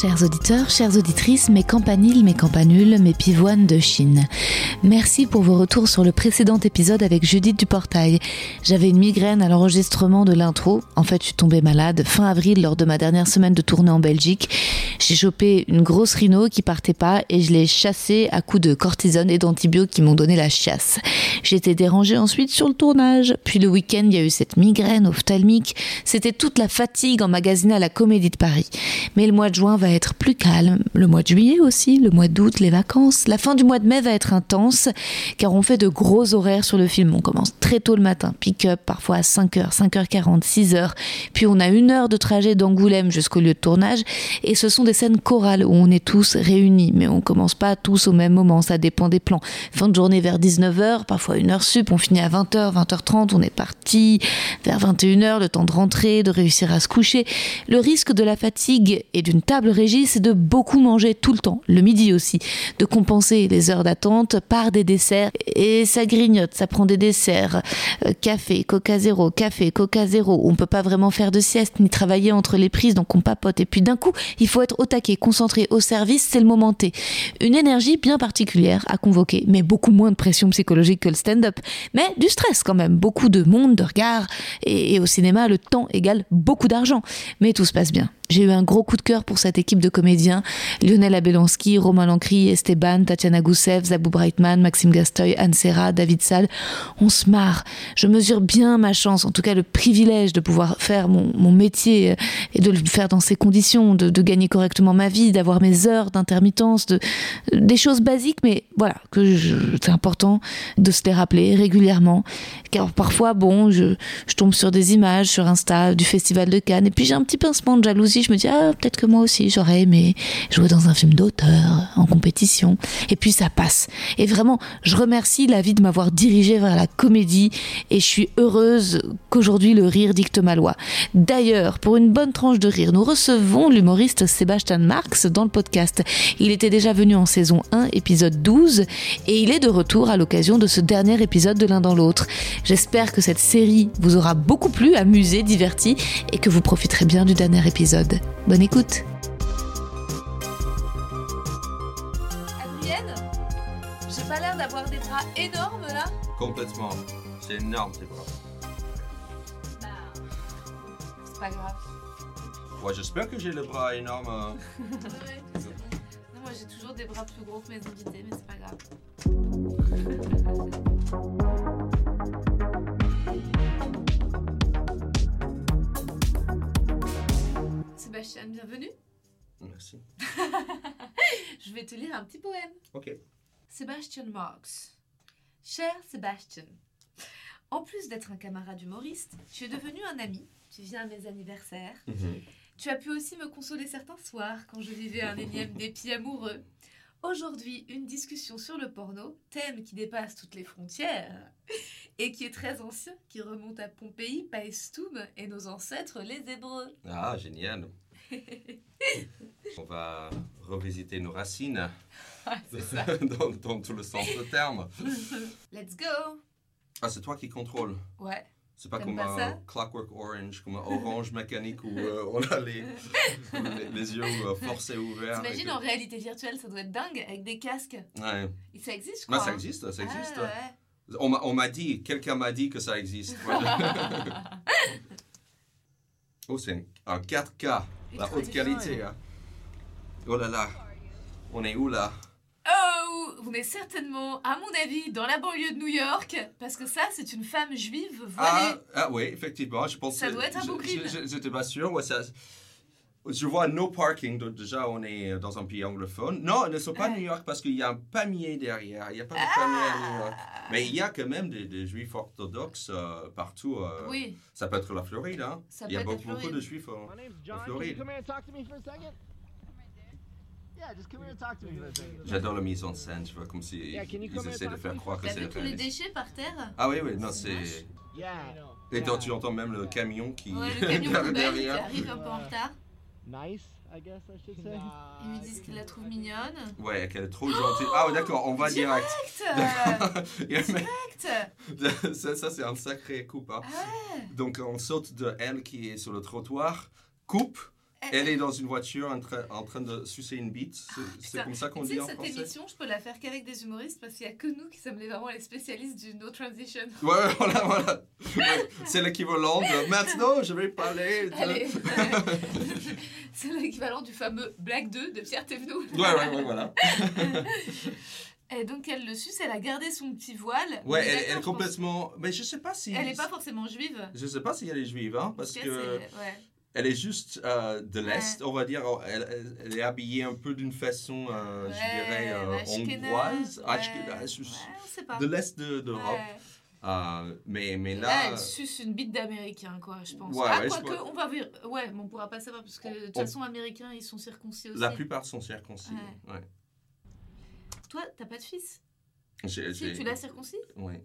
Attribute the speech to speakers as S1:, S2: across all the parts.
S1: Chers auditeurs, chères auditrices, mes campaniles, mes campanules, mes pivoines de Chine. Merci pour vos retours sur le précédent épisode avec Judith Duportail. J'avais une migraine à l'enregistrement de l'intro. En fait, je suis tombée malade fin avril lors de ma dernière semaine de tournée en Belgique. J'ai chopé une grosse rhino qui partait pas et je l'ai chassée à coups de cortisone et d'antibio qui m'ont donné la chiasse. J'étais dérangée ensuite sur le tournage. Puis le week-end, il y a eu cette migraine ophtalmique. C'était toute la fatigue emmagasinée à la Comédie de Paris. Mais le mois de juin va être plus calme. Le mois de juillet aussi, le mois d'août, les vacances. La fin du mois de mai va être intense car on fait de gros horaires sur le film. On commence très tôt le matin, pick-up parfois à 5h, 5h40, 6h. Puis on a une heure de trajet d'Angoulême jusqu'au lieu de tournage et ce sont des scènes chorales où on est tous réunis. Mais on commence pas tous au même moment, ça dépend des plans. Fin de journée vers 19h, parfois une heure sup, on finit à 20h, 20h30, on est parti vers 21h, le temps de rentrer, de réussir à se coucher. Le risque de la fatigue et d'une table régie, c'est de beaucoup manger tout le temps, le midi aussi, de compenser les heures d'attente par des desserts. Et ça grignote, ça prend des desserts, euh, café, coca zéro, café, coca zéro. On peut pas vraiment faire de sieste ni travailler entre les prises, donc on papote. Et puis d'un coup, il faut être au taquet, concentré au service, c'est le moment T. Une énergie bien particulière à convoquer, mais beaucoup moins de pression psychologique que le stand-up, mais du stress quand même, beaucoup de monde, de regards, et, et au cinéma, le temps égale beaucoup d'argent. Mais tout se passe bien. J'ai eu un gros coup de cœur pour cette équipe de comédiens. Lionel Abelansky, Romain Lancry, Esteban, Tatiana Goussev, Zabou Breitman, Maxime Gasteuil, Anne Serra, David Salle. On se marre. Je mesure bien ma chance, en tout cas le privilège de pouvoir faire mon, mon métier euh, et de le faire dans ces conditions, de, de gagner correctement ma vie, d'avoir mes heures d'intermittence, de, des choses basiques, mais voilà, que je- c'est important de se les rappeler régulièrement. Car parfois, bon, je, je tombe sur des images sur Insta du Festival de Cannes et puis j'ai un petit pincement de jalousie. Je me dis, ah, peut-être que moi aussi j'aurais aimé jouer dans un film d'auteur en compétition. Et puis ça passe. Et vraiment, je remercie la vie de m'avoir dirigée vers la comédie et je suis heureuse qu'aujourd'hui le rire dicte ma loi. D'ailleurs, pour une bonne tranche de rire, nous recevons l'humoriste Sébastien Marx dans le podcast. Il était déjà venu en saison 1, épisode 12, et il est de retour à l'occasion de ce dernier épisode de l'un dans l'autre. J'espère que cette série vous aura beaucoup plu, amusé, diverti, et que vous profiterez bien du dernier épisode. Bonne écoute
S2: Adrienne, j'ai pas l'air d'avoir des bras énormes là.
S3: Complètement. C'est énorme tes bras.
S2: C'est pas grave.
S3: Ouais, j'espère que j'ai le bras énorme. euh.
S2: Non, moi j'ai toujours des bras plus gros que mes invités, mais c'est pas grave. Sébastien, bienvenue.
S3: Merci.
S2: Je vais te lire un petit poème.
S3: Ok.
S2: Sébastien Marx. Cher Sébastien, en plus d'être un camarade humoriste, tu es devenu un ami. Tu viens à mes anniversaires. Tu as pu aussi me consoler certains soirs quand je vivais un énième dépit amoureux. Aujourd'hui, une discussion sur le porno, thème qui dépasse toutes les frontières et qui est très ancien, qui remonte à Pompéi, Paestum et nos ancêtres, les Hébreux.
S3: Ah, génial. On va revisiter nos racines
S2: Ah, c'est ça.
S3: dans, dans tout le sens du terme.
S2: Let's go
S3: Ah, c'est toi qui contrôle.
S2: Ouais,
S3: C'est pas
S2: T'aimes
S3: comme
S2: pas
S3: un
S2: ça
S3: Clockwork Orange, comme un Orange mécanique où euh, on a les, les, les yeux euh, forcés ouverts. et
S2: T'imagines
S3: que-
S2: en réalité virtuelle, ça doit être dingue avec des casques.
S3: Ouais.
S2: Et ça existe, je crois. hein.
S3: Non, Bah, ça existe, ça existe.
S2: Ah, ouais.
S3: On m'a- On m'a dit, quelqu'un m'a dit que ça existe. Moi, je- oh, c'est un, un 4K, la
S2: Ultra
S3: haute qualité.
S2: différent,
S3: hein. Oh là là, on est où là
S2: Oh, on est certainement, à mon avis, dans la banlieue de New York, parce que ça, c'est une femme juive voilée.
S3: ah, ah oui, effectivement, je pense
S2: Ça
S3: que-
S2: doit être un
S3: je-
S2: beau crime.
S3: je- je- J'étais pas sûr. ouais, ça- je vois no parking, donc déjà on est dans un pays anglophone. Non, ne sont pas
S2: Ouais.
S3: New York parce qu'il y a un palmier derrière. Il n'y a pas de palmier à New York.
S2: Ah.
S3: Mais il y a quand même des, des juifs orthodoxes euh, partout. euh,
S2: Oui,
S3: Ça peut être la Floride. Hein.
S2: Ça
S3: Il y a
S2: peut être la
S3: beaucoup, beaucoup
S2: Floride.
S3: de juifs. hein. en-
S4: My name's John. Can you
S3: Florida.
S4: come here and talk to me for a second? Yeah, just come here and talk to me for a second.
S3: J'adore la mise en scène, tu vois, comme si
S4: Yeah, can you
S3: ils
S4: come
S3: essaient de
S4: and
S3: faire
S4: talk?
S3: croire que
S2: t'as
S3: c'est
S2: vu tous Bah, les
S3: réaliste.
S2: déchets par terre euh,
S3: Ah oui, oui, non, c'est...
S4: Yeah.
S3: Et toi, tu entends même le camion qui...
S2: Ouais, le camion poubelle qui
S3: Ah. derrière.
S2: arrive un peu en retard.
S4: Nice, I guess I should say.
S2: Ils lui disent qu'ils la trouvent mignonne.
S3: Ouais, qu'elle est trop gentille. Ah ouais, d'accord, on va direct.
S2: Direct
S3: Il y a- mais-
S2: Direct
S3: ça, ça, c'est un sacré coupe. hein.
S2: Ouais.
S3: Donc, on saute de elle qui est sur le trottoir, coupe. Elle est dans une voiture en, train- en train de sucer une bite. C'est- C'est
S2: Ah, putain.
S3: comme ça qu'on
S2: Tu
S3: dit
S2: sais,
S3: en
S2: cette
S3: français.
S2: émission, je peux la faire qu'avec des humoristes parce qu'il n'y a que nous qui sommes les- vraiment les spécialistes du no transition.
S3: Ouais, ouais, voilà, voilà. Ouais, c'est l'équivalent de maintenant, je vais parler. de-
S2: Allez, c'est l'équivalent du fameux Black 2 de Pierre Thévenot.
S3: Ouais, ouais, ouais, voilà.
S2: Et donc elle le suce, elle a gardé son petit voile.
S3: Ouais,
S2: Mais
S3: elle,
S2: d'accord,
S3: elle
S2: je
S3: est complètement. Mais je sais pas si.
S2: pense- Elle n'est pas forcément juive.
S3: Je sais pas si elle est juive, hein, parce
S2: Tu sais,
S3: que
S2: c'est- ouais.
S3: elle est juste euh, de l'est, on va dire. oh, Elle, elle- elle est habillée un peu d'une façon, euh, je
S2: Ouais,
S3: dirais, euh,
S2: ashkénaze,
S3: hongroise, Ah,
S2: ouais.
S3: ashkénaze,
S2: Ouais, on sait pas.
S3: de l'est de-
S2: Ouais.
S3: d'Europe. Euh, mais mais
S2: Là,
S3: là,
S2: elle suce une bite d'américain, quoi, je pense.
S3: Ouais,
S2: ah,
S3: ouais, je
S2: quoique,
S3: pense-
S2: on va voir. Ouais, mais on pourra pas savoir parce que de toute
S3: On-
S2: façon, américains, ils sont circoncis aussi.
S3: la plupart sont circoncis. Ouais.
S2: Toi, t'as pas de fils
S3: J'ai-
S2: Si,
S3: j'ai-
S2: tu l'as circoncis
S3: Ouais.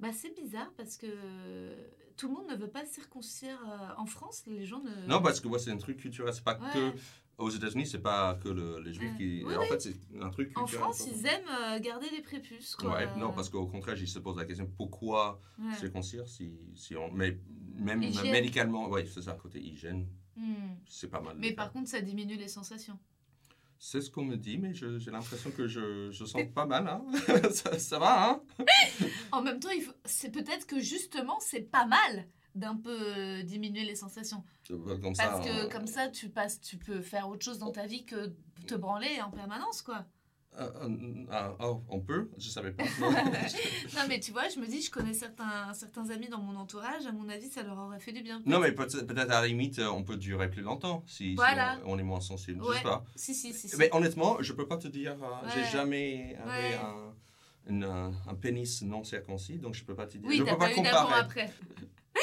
S2: Bah, c'est bizarre parce que euh, tout le monde ne veut pas circoncire euh, en France. Les gens ne.
S3: Non, parce que ouais, c'est un truc culturel. C'est pas
S2: Mm. Ouais.
S3: que aux États-Unis, c'est pas que le- les Juifs
S2: Ouais.
S3: qui.
S2: Oui,
S3: en
S2: oui.
S3: fait, c'est un truc
S2: En
S3: culturel.
S2: France, ils aiment euh, garder les prépuces, quoi.
S3: Ouais, non, parce qu'au contraire, ils se posent la question pourquoi
S2: Ouais.
S3: circoncire si, si on. Mais même
S2: Hygiène.
S3: médicalement, ouais, c'est ça, côté hygiène,
S2: Hmm.
S3: c'est pas mal. de
S2: Mais
S3: faire.
S2: par contre, ça diminue les sensations.
S3: C'est ce qu'on me dit, mais je- j'ai l'impression que je, je sens pas mal, hein. ça, ça va, hein
S2: En même temps, il faut- c'est peut-être que justement, c'est pas mal d'un peu euh, diminuer les sensations.
S3: Comme ça.
S2: Parce que
S3: euh,
S2: comme ça, tu passes, tu peux faire autre chose dans ta vie que te branler en permanence, quoi.
S3: euh, euh, ah, oh, on peut Je savais pas. Non.
S2: non, mais tu vois, je me dis, je connais certains, certains amis dans mon entourage, à mon avis, ça leur aurait fait du bien.
S3: Non, mais peut-être peut-être à la limite, euh, on peut durer plus longtemps si, si
S2: Voilà.
S3: on, on est moins sensible. Je
S2: Ouais.
S3: sais pas.
S2: Si, si, si. si.
S3: Mais honnêtement, je peux pas te dire. euh, J'ai
S2: Ouais.
S3: jamais avait
S2: Ouais.
S3: un, une, euh, un pénis non circoncis, donc je peux pas te dire.
S2: oui,
S3: je
S2: t'as
S3: peux
S2: pas eu d'avant après.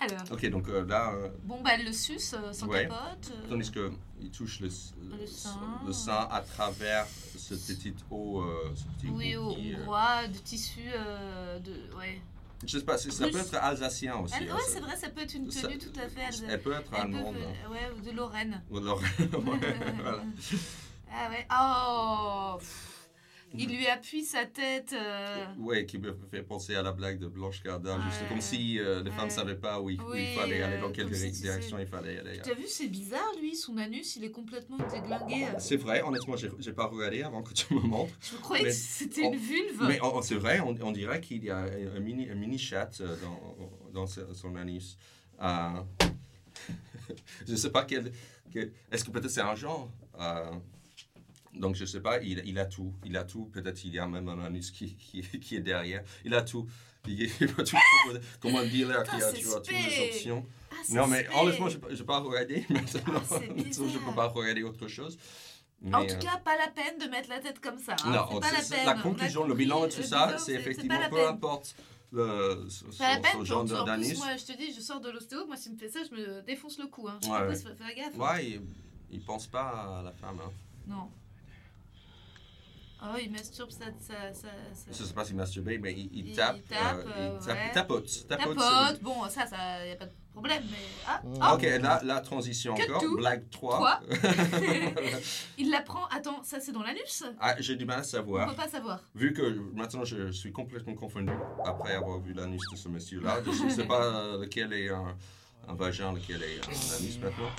S2: Alors,
S3: Ok, donc euh, là, euh,
S2: bon, bah, elle le suce euh, sans
S3: Ouais.
S2: capote. euh,
S3: tandis que il touche le, euh,
S2: Le sein.
S3: le sein à travers ce petit haut, euh, ce petit
S2: Oui,
S3: haut
S2: au
S3: qui, euh,
S2: roi, de tissu, euh, de... Ouais.
S3: je sais pas, c'est- ça
S2: Russe.
S3: peut être alsacien aussi.
S2: Ah,
S3: hein,
S2: ouais,
S3: ça-
S2: c'est vrai, ça peut être une
S3: ça-
S2: tenue tout à fait. alsacienne.
S3: Elle peut être
S2: Elle peut
S3: allemande. hein.
S2: ven- ouais, ou de Lorraine.
S3: Ou alors- ouais, voilà.
S2: Ah ouais. Oh pff. Il lui appuie sa tête. euh,
S3: Ouais, qui me fait penser à la blague de Blanche Gardin, juste
S2: Ouais.
S3: comme si euh, les femmes
S2: Ouais.
S3: ne savaient pas où il, où il
S2: Oui,
S3: fallait aller,
S2: euh,
S3: dans quelle
S2: comme si tu
S3: direction
S2: sais.
S3: il fallait aller. hein.
S2: Tu as vu, c'est bizarre, lui, son anus, il est complètement déglingué.
S3: C'est vrai, honnêtement, j'ai j'ai pas regardé avant que tu me montres.
S2: Je croyais
S3: Mais-
S2: que c'était
S3: oh,
S2: une vulve.
S3: Mais on- on- c'est vrai, on, on dirait qu'il y a un mini, un mini chat euh, dans, dans ce- son anus. Euh, je sais pas quel. quel- Est-ce que peut-être c'est un genre euh, Donc je sais pas, il, il a tout. Il a tout. Peut-être il y a même un anus qui, qui, qui est derrière. Il a tout. Il, il peut tout proposer. Comme un dealer qui
S2: Putain,
S3: a tu vois, toutes les
S2: suspect.
S3: options.
S2: Ah, c'est
S3: Non, mais
S2: fait.
S3: honnêtement, je n'ai pas regardé. Maintenant,
S2: c'est
S3: maintenant, je
S2: bizarre.
S3: peux pas regarder autre chose.
S2: En
S3: Mais,
S2: tout
S3: euh,
S2: cas, pas la peine de mettre la tête comme ça. hein.
S3: non,
S2: c'est
S3: on-
S2: pas la
S3: c'est-
S2: peine.
S3: la
S2: On a
S3: conclusion, le
S2: compris,
S3: bilan et tout ça, c'est
S2: pas
S3: effectivement
S2: la
S3: peu
S2: peine.
S3: importe euh, le, son,
S2: Pas la
S3: son
S2: peine,
S3: genre
S2: parce que, en plus,
S3: d'anus.
S2: moi, je te dis, je sors de l'ostéo, moi, s'il me fait ça, je me défonce le cou. Hein. Je
S3: Ouais,
S2: te
S3: ouais.
S2: propose, faut faire gaffe. hein.
S3: Ouais, il, il pense pas à la femme. Hein.
S2: Non. Oh, il masturbe ça, ça, ça, ça.
S3: Je sais pas s'il masturbe, mais il, il
S2: Il
S3: tape,
S2: tape,
S3: euh,
S2: euh,
S3: il tape-
S2: ouais.
S3: tapote, tapote.
S2: Tapote, bon, ça, ça, y a pas de problème, mais. hein,
S3: Ah,
S2: hop,
S3: ok, là, la transition
S2: Que
S3: encore.
S2: tout.
S3: Blague 3.
S2: Toi. Il la prend. Attends, ça c'est dans l'anus
S3: ah, J'ai du mal à
S2: On
S3: savoir.
S2: peut pas savoir.
S3: Vu que maintenant je suis complètement confondu après avoir vu l'anus de ce monsieur-là, je ne sais pas euh, lequel est un, un vagin, lequel est un anus maintenant.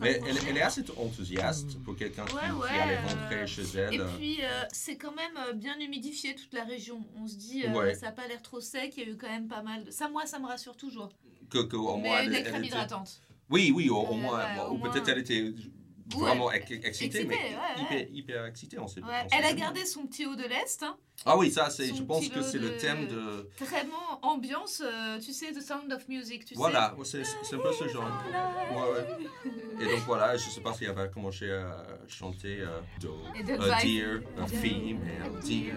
S3: Mais elle, elle est assez enthousiaste pour quelqu'un qui,
S2: Ouais,
S3: qui
S2: ouais,
S3: allait rentrer
S2: euh,
S3: chez elle.
S2: Et
S3: euh,
S2: puis, euh, c'est quand même euh, bien humidifié toute la région. On se dit, euh,
S3: Ouais.
S2: ça n'a pas l'air trop sec, il y a eu quand même pas mal de. Ça, moi, ça me rassure toujours.
S3: que, que au
S2: mais
S3: moins elle,
S2: de la
S3: elle
S2: crème
S3: était-
S2: hydratante.
S3: Oui, oui, au, au
S2: Euh,
S3: moins.
S2: ouais,
S3: ou
S2: au
S3: peut-être
S2: moins.
S3: elle était vraiment ex- excitée,
S2: excitée,
S3: mais
S2: ouais, ouais.
S3: hyper, hyper excitée. On sait,
S2: Ouais,
S3: on sait
S2: Elle a
S3: jamais.
S2: gardé son petit haut de l'Est. hein.
S3: Ah oui, ça, c'est, je
S2: son
S3: pense
S2: petit
S3: que
S2: lot
S3: c'est le
S2: de-
S3: thème de.
S2: Vraiment ambiance, euh, tu sais, The Sound of Music, tu
S3: Voilà, c'est, c'est un peu ce genre.
S2: sais. Voilà.
S3: Ouais, ouais. Et donc voilà, je sais pas si elle va commencer à chanter euh, Do,
S2: Et de
S3: a
S2: vibe.
S3: deer, a female deer.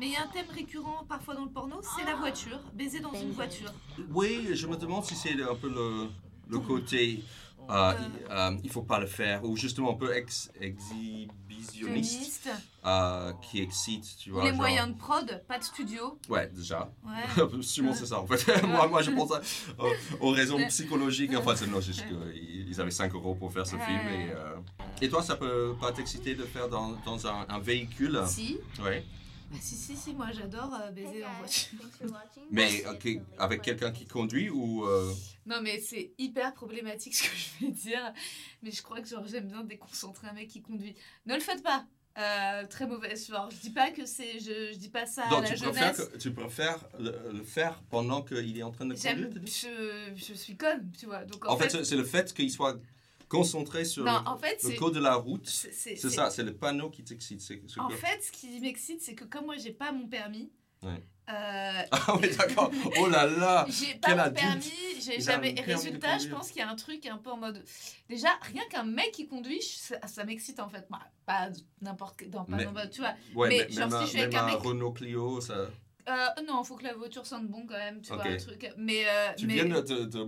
S2: Mais il y a un thème récurrent parfois dans le porno, c'est la voiture. Baiser dans une voiture.
S3: Oui, je me demande si c'est un peu le, le côté. euh, il, euh, il faut pas le faire, ou justement un peu ex- exhibitionniste
S2: Féministe.
S3: euh, qui excite, tu
S2: Ou
S3: vois.
S2: les
S3: genre-
S2: moyens de prod, pas de studio.
S3: Ouais, déjà.
S2: Ouais.
S3: Sûrement, c'est ça en fait. moi, moi, je pense à- euh, aux raisons psychologiques. Enfin, c'est logique qu'ils ils avaient 5 euros pour faire ce film. Et, euh, et toi, ça peut pas t'exciter de faire dans, dans un, un véhicule
S2: Si.
S3: Ouais.
S2: Bah, si, si, si, moi j'adore euh, baiser en voiture.
S3: Mais ok, avec quelqu'un qui conduit ou. euh,
S2: Non, mais c'est hyper problématique ce que je vais dire. Mais je crois que genre j'aime bien déconcentrer un mec qui conduit. Ne le faites pas. Euh, très mauvaise genre je dis pas que c'est je, je dis pas ça à
S3: Donc,
S2: Ah, la
S3: tu préfères,
S2: jeunesse
S3: que- tu préfères le, le faire pendant qu'il est en train de conduire
S2: j'aime
S3: tu dis
S2: je, je suis conne tu vois donc en,
S3: En fait, c'est- c'est le fait qu'il soit concentré sur
S2: non
S3: le,
S2: en fait
S3: le
S2: c'est
S3: code de la route.
S2: c'est- c'est-
S3: C'est
S2: c'est-
S3: ça, c'est le panneau qui t'excite. c'est- c'est
S2: en
S3: que-
S2: fait ce qui m'excite c'est que comme moi j'ai pas mon permis
S3: Ouais.
S2: euh,
S3: Ah oui, d'accord. Oh là là
S2: J'ai
S3: Quel
S2: pas mon
S3: adulte
S2: permis, j'ai
S3: Il a
S2: jamais.
S3: le
S2: Et
S3: permis de
S2: résultat, je
S3: conduire.
S2: pense qu'il y a un truc un peu en mode. Déjà, rien qu'un mec qui conduit, je- ça, ça m'excite en fait. Bah, pas n'importe quel. Dans, pas
S3: Mais-
S2: dans- tu vois.
S3: Ouais,
S2: Mais
S3: mais,
S2: genre,
S3: même,
S2: si
S3: un-
S2: je suis
S3: même
S2: avec un
S3: un
S2: mec-
S3: Renault Clio, ça.
S2: Euh, non, faut que la voiture sente bon quand même, tu
S3: Ok.
S2: vois, un truc. Mais. euh,
S3: Tu
S2: mais-
S3: viens de, de, de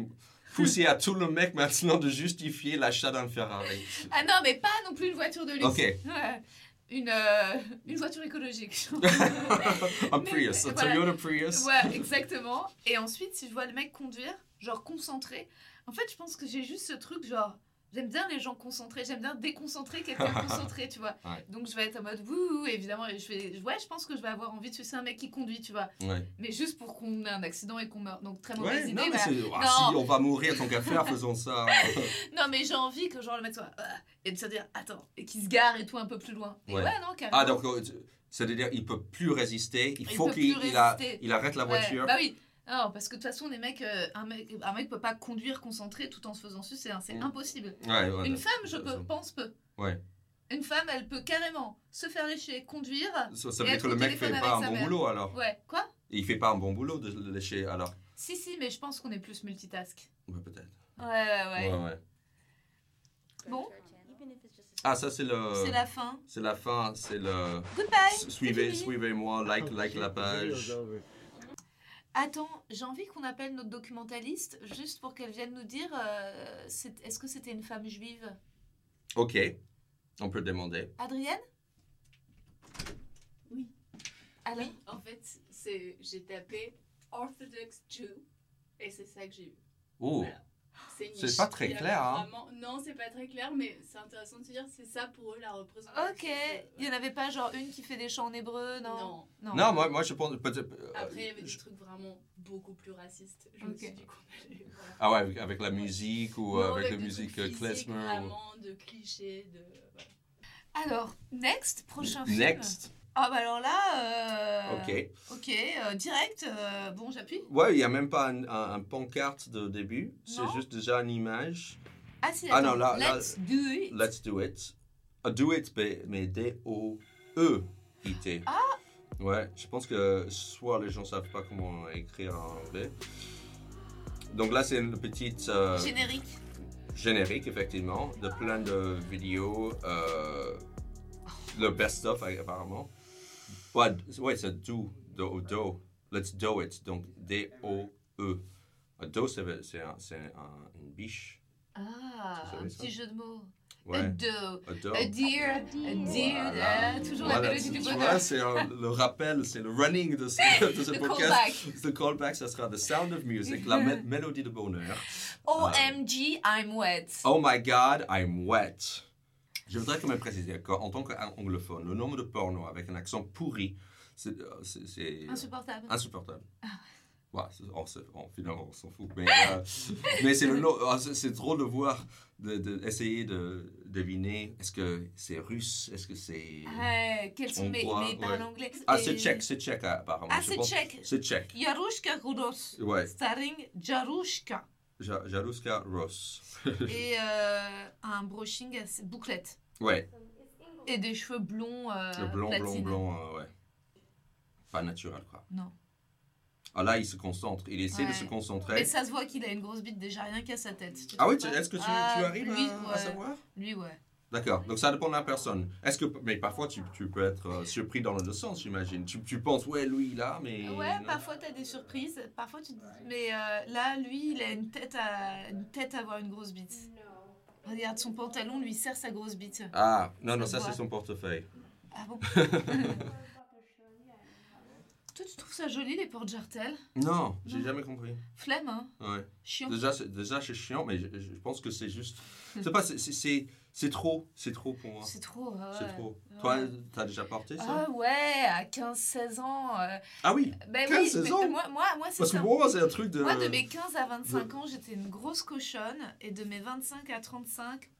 S3: pousser à tout le mec maintenant de justifier l'achat d'un Ferrari.
S2: Ah non, mais pas non plus une voiture de luxe.
S3: Ok.
S2: Ouais. Une, euh, une voiture écologique.
S3: un
S2: Mais-
S3: Prius, un
S2: voilà.
S3: Toyota Prius.
S2: ouais, exactement. Et ensuite, si je vois le mec conduire, genre concentré, en fait, je pense que j'ai juste ce truc, genre, j'aime bien les gens concentrés, j'aime bien déconcentrer quelqu'un de concentré, tu vois.
S3: Ouais.
S2: Donc, je vais être en mode, wouh, évidemment, et je vais, ouais, je pense que je vais avoir envie de sucer un mec qui conduit, tu vois.
S3: Ouais,
S2: Mais juste pour qu'on ait un accident et qu'on meure. Donc, très
S3: Ouais,
S2: mauvaise idée.
S3: non, mais
S2: voilà.
S3: c'est. ah,
S2: Non.
S3: si on va mourir tant qu'à faire, faisons ça.
S2: Non, mais j'ai envie que, genre, le mec soit, Ah et de se dire, attends, et qu'il se gare et tout un peu plus loin. Et
S3: Ouais.
S2: ouais, non, carrément.
S3: Ah, donc, euh, tu- c'est-à-dire, il peut plus résister, il
S2: Il
S3: faut
S2: peut
S3: qu'il
S2: plus
S3: il a-
S2: résister.
S3: il arrête la
S2: Ouais,
S3: voiture.
S2: Bah oui. Non, parce que de toute façon, les mecs, euh, un mec, un mec peut pas conduire concentré tout en se faisant sucer, hein, c'est
S3: Mm.
S2: impossible.
S3: Ouais, ouais,
S2: Une
S3: ouais.
S2: femme, je peux-
S3: raison.
S2: pense peu.
S3: Ouais.
S2: Une femme, elle peut carrément se faire lécher, conduire. Et
S3: Ça, ça veut dire
S2: être
S3: que le
S2: au
S3: mec fait
S2: téléphone
S3: pas
S2: avec
S3: un
S2: sa
S3: bon
S2: mère.
S3: boulot alors.
S2: Ouais. Quoi
S3: Il fait pas un bon boulot de le lécher alors.
S2: Si, si, mais je pense qu'on est plus multitask.
S3: Ouais, peut-être.
S2: Ouais, ouais, ouais.
S3: Ouais, ouais.
S2: Bon,
S3: Ah, ça, c'est le.
S2: c'est la fin.
S3: C'est la fin, c'est le.
S2: Goodbye
S3: Suivez,
S2: fini.
S3: suivez-moi, like,
S4: Oh,
S3: like
S4: shit,
S3: la
S4: the video's
S3: page.
S4: over.
S2: Attends, j'ai envie qu'on appelle notre documentaliste juste pour qu'elle vienne nous dire euh, c'est- est-ce que c'était une femme juive
S3: Ok, on peut demander.
S2: Adrienne
S5: Oui.
S2: Alain
S5: En fait, c'est j'ai tapé Orthodox Jew et c'est ça que j'ai eu.
S3: Oh,
S5: une
S3: C'est
S5: niche.
S3: pas très
S5: Il y a
S3: clair, hein.
S5: vraiment- Non, c'est pas très clair, mais c'est intéressant de se dire c'est ça pour eux la représentation. Euh,
S2: Ok, il n'y en avait pas genre une qui fait des chants en hébreu, non
S5: Non.
S3: non, moi, moi je pense peut-être. euh,
S5: Après, il y avait des
S3: je-
S5: trucs vraiment beaucoup plus racistes. Je me
S2: Ok.
S5: suis dit qu'on allait. voilà.
S3: Ah ouais, avec, avec la musique ou euh,
S5: Non,
S3: avec la
S5: des
S3: musique
S5: trucs
S3: euh,
S5: physiques,
S3: klezmer. ou-
S5: Vraiment de clichés, de. voilà.
S2: Alors, next, prochain film.
S3: Next,
S2: Ah bah alors là, euh,
S3: ok.
S2: ok, euh, direct, euh, bon j'appuie.
S3: Ouais, il n'y a même pas un, un- un pancarte de début, c'est
S2: Non.
S3: juste déjà une image.
S2: Ah si,
S3: Ah
S2: attends,
S3: non, là- là-
S2: let's do it.
S3: Let's do it. Ah, do it, mais- mais D-O-E-I-T.
S2: Ah.
S3: Ouais, je pense que soit les gens savent pas comment écrire en anglais. Donc là, c'est une petite. euh,
S2: Générique.
S3: générique, effectivement, de plein de vidéos, euh, le best-of apparemment. Ouais, d- ouais c'est do, do, do. Let's do it. Donc E. D-O-E. Un Do, c'est c'est un- c'est un- une biche.
S2: Ah,
S3: Vous savez
S2: un
S3: ça
S2: petit jeu de mots. a
S3: Ouais.
S2: doe,
S3: A dog.
S2: a deer, a deer,
S3: Voilà.
S2: euh, toujours la
S3: Voilà,
S2: mélodie
S3: tu-
S2: du
S3: tu
S2: bonheur.
S3: vois, c'est un- le rappel, c'est le running de ce, de ce
S2: Le
S3: podcast.
S2: callback.
S3: Le callback, ça sera The Sound of Music, la mé- mélodie de bonheur.
S2: OMG, I'm wet.
S3: Oh my God, I'm wet. Je voudrais quand même préciser qu'en tant qu'anglophone, le nombre de pornos avec un accent pourri, c'est euh, c'est- c'est
S2: Insupportable. Ah.
S3: insupportable. Ouais, c'est- on, se- on- finalement, on s'en fout. Mais, euh, mais c'est le no- ah, c'est- c'est drôle de voir, d'essayer de, essayer de deviner est-ce que c'est russe, est-ce que c'est.
S2: Ouais, quels sont mes,
S3: Ah. Hongrois,
S2: mes
S3: ouais.
S2: parles anglais
S3: Ah,
S2: Ah, Et-
S3: c'est tchèque, c'est tchèque apparemment.
S2: Ah,
S3: je
S2: c'est
S3: pense.
S2: tchèque.
S3: C'est tchèque.
S2: Yarushka Rudos,
S3: Ouais,
S2: starring Jarushka.
S3: Ja- Jaruska Ross.
S2: Et euh, un brushing à bouclette.
S3: Ouais,
S2: Et des cheveux blonds. euh,
S3: le blond, blond,
S2: platine.
S3: blond, euh, ouais. Pas naturel, quoi.
S2: Non.
S3: Ah là, il se concentre, il essaie de
S2: Ouais.
S3: se
S2: Et
S3: concentrer.
S2: ça se voit qu'il a une grosse bite déjà, rien qu'à sa tête. Tu
S3: Ah oui,
S2: trouves
S3: tu-
S2: pas
S3: est-ce que tu,
S2: Ah,
S3: tu arrives
S2: lui,
S3: à, à
S2: ouais.
S3: savoir
S2: Lui, ouais.
S3: D'accord, donc ça dépend de la personne. Est-ce que, mais parfois tu, tu peux être euh, surpris dans le sens, j'imagine. Tu, tu penses, ouais, lui, là, mais.
S2: Ouais,
S3: non.
S2: parfois t'as des surprises, parfois tu te dis. Mais euh, là, lui, il a une tête, à... une tête à avoir une grosse bite. Regarde, son pantalon lui serre sa grosse bite.
S3: Ah, non, non,
S2: Ça
S3: ça
S2: se
S3: c'est
S2: voit.
S3: son portefeuille.
S2: Ah bon Toi, tu trouves ça joli, les portes jartelles
S3: Non, j'ai
S2: Non.
S3: jamais compris.
S2: Flemme, hein
S3: Ouais.
S2: Chiant.
S3: Déjà, c'est- déjà c'est chiant, mais je, je pense que c'est juste. C'est pas, c'est- c'est- c'est c'est trop, c'est trop pour moi.
S2: C'est trop. ouais.
S3: C'est trop.
S2: Ouais.
S3: Toi, t'as déjà porté ça
S2: Ah ouais, à 15-16 ans. euh,
S3: Ah oui,
S2: Ben
S3: 15,
S2: oui,
S3: 16
S2: mais
S3: ans
S2: moi, moi, moi c'est
S3: parce que
S2: ça.
S3: pour moi c'est un truc de.
S2: Moi, Euh, de mes 15 à 25 ans, j'étais une grosse cochonne. Et de mes 25 à 35,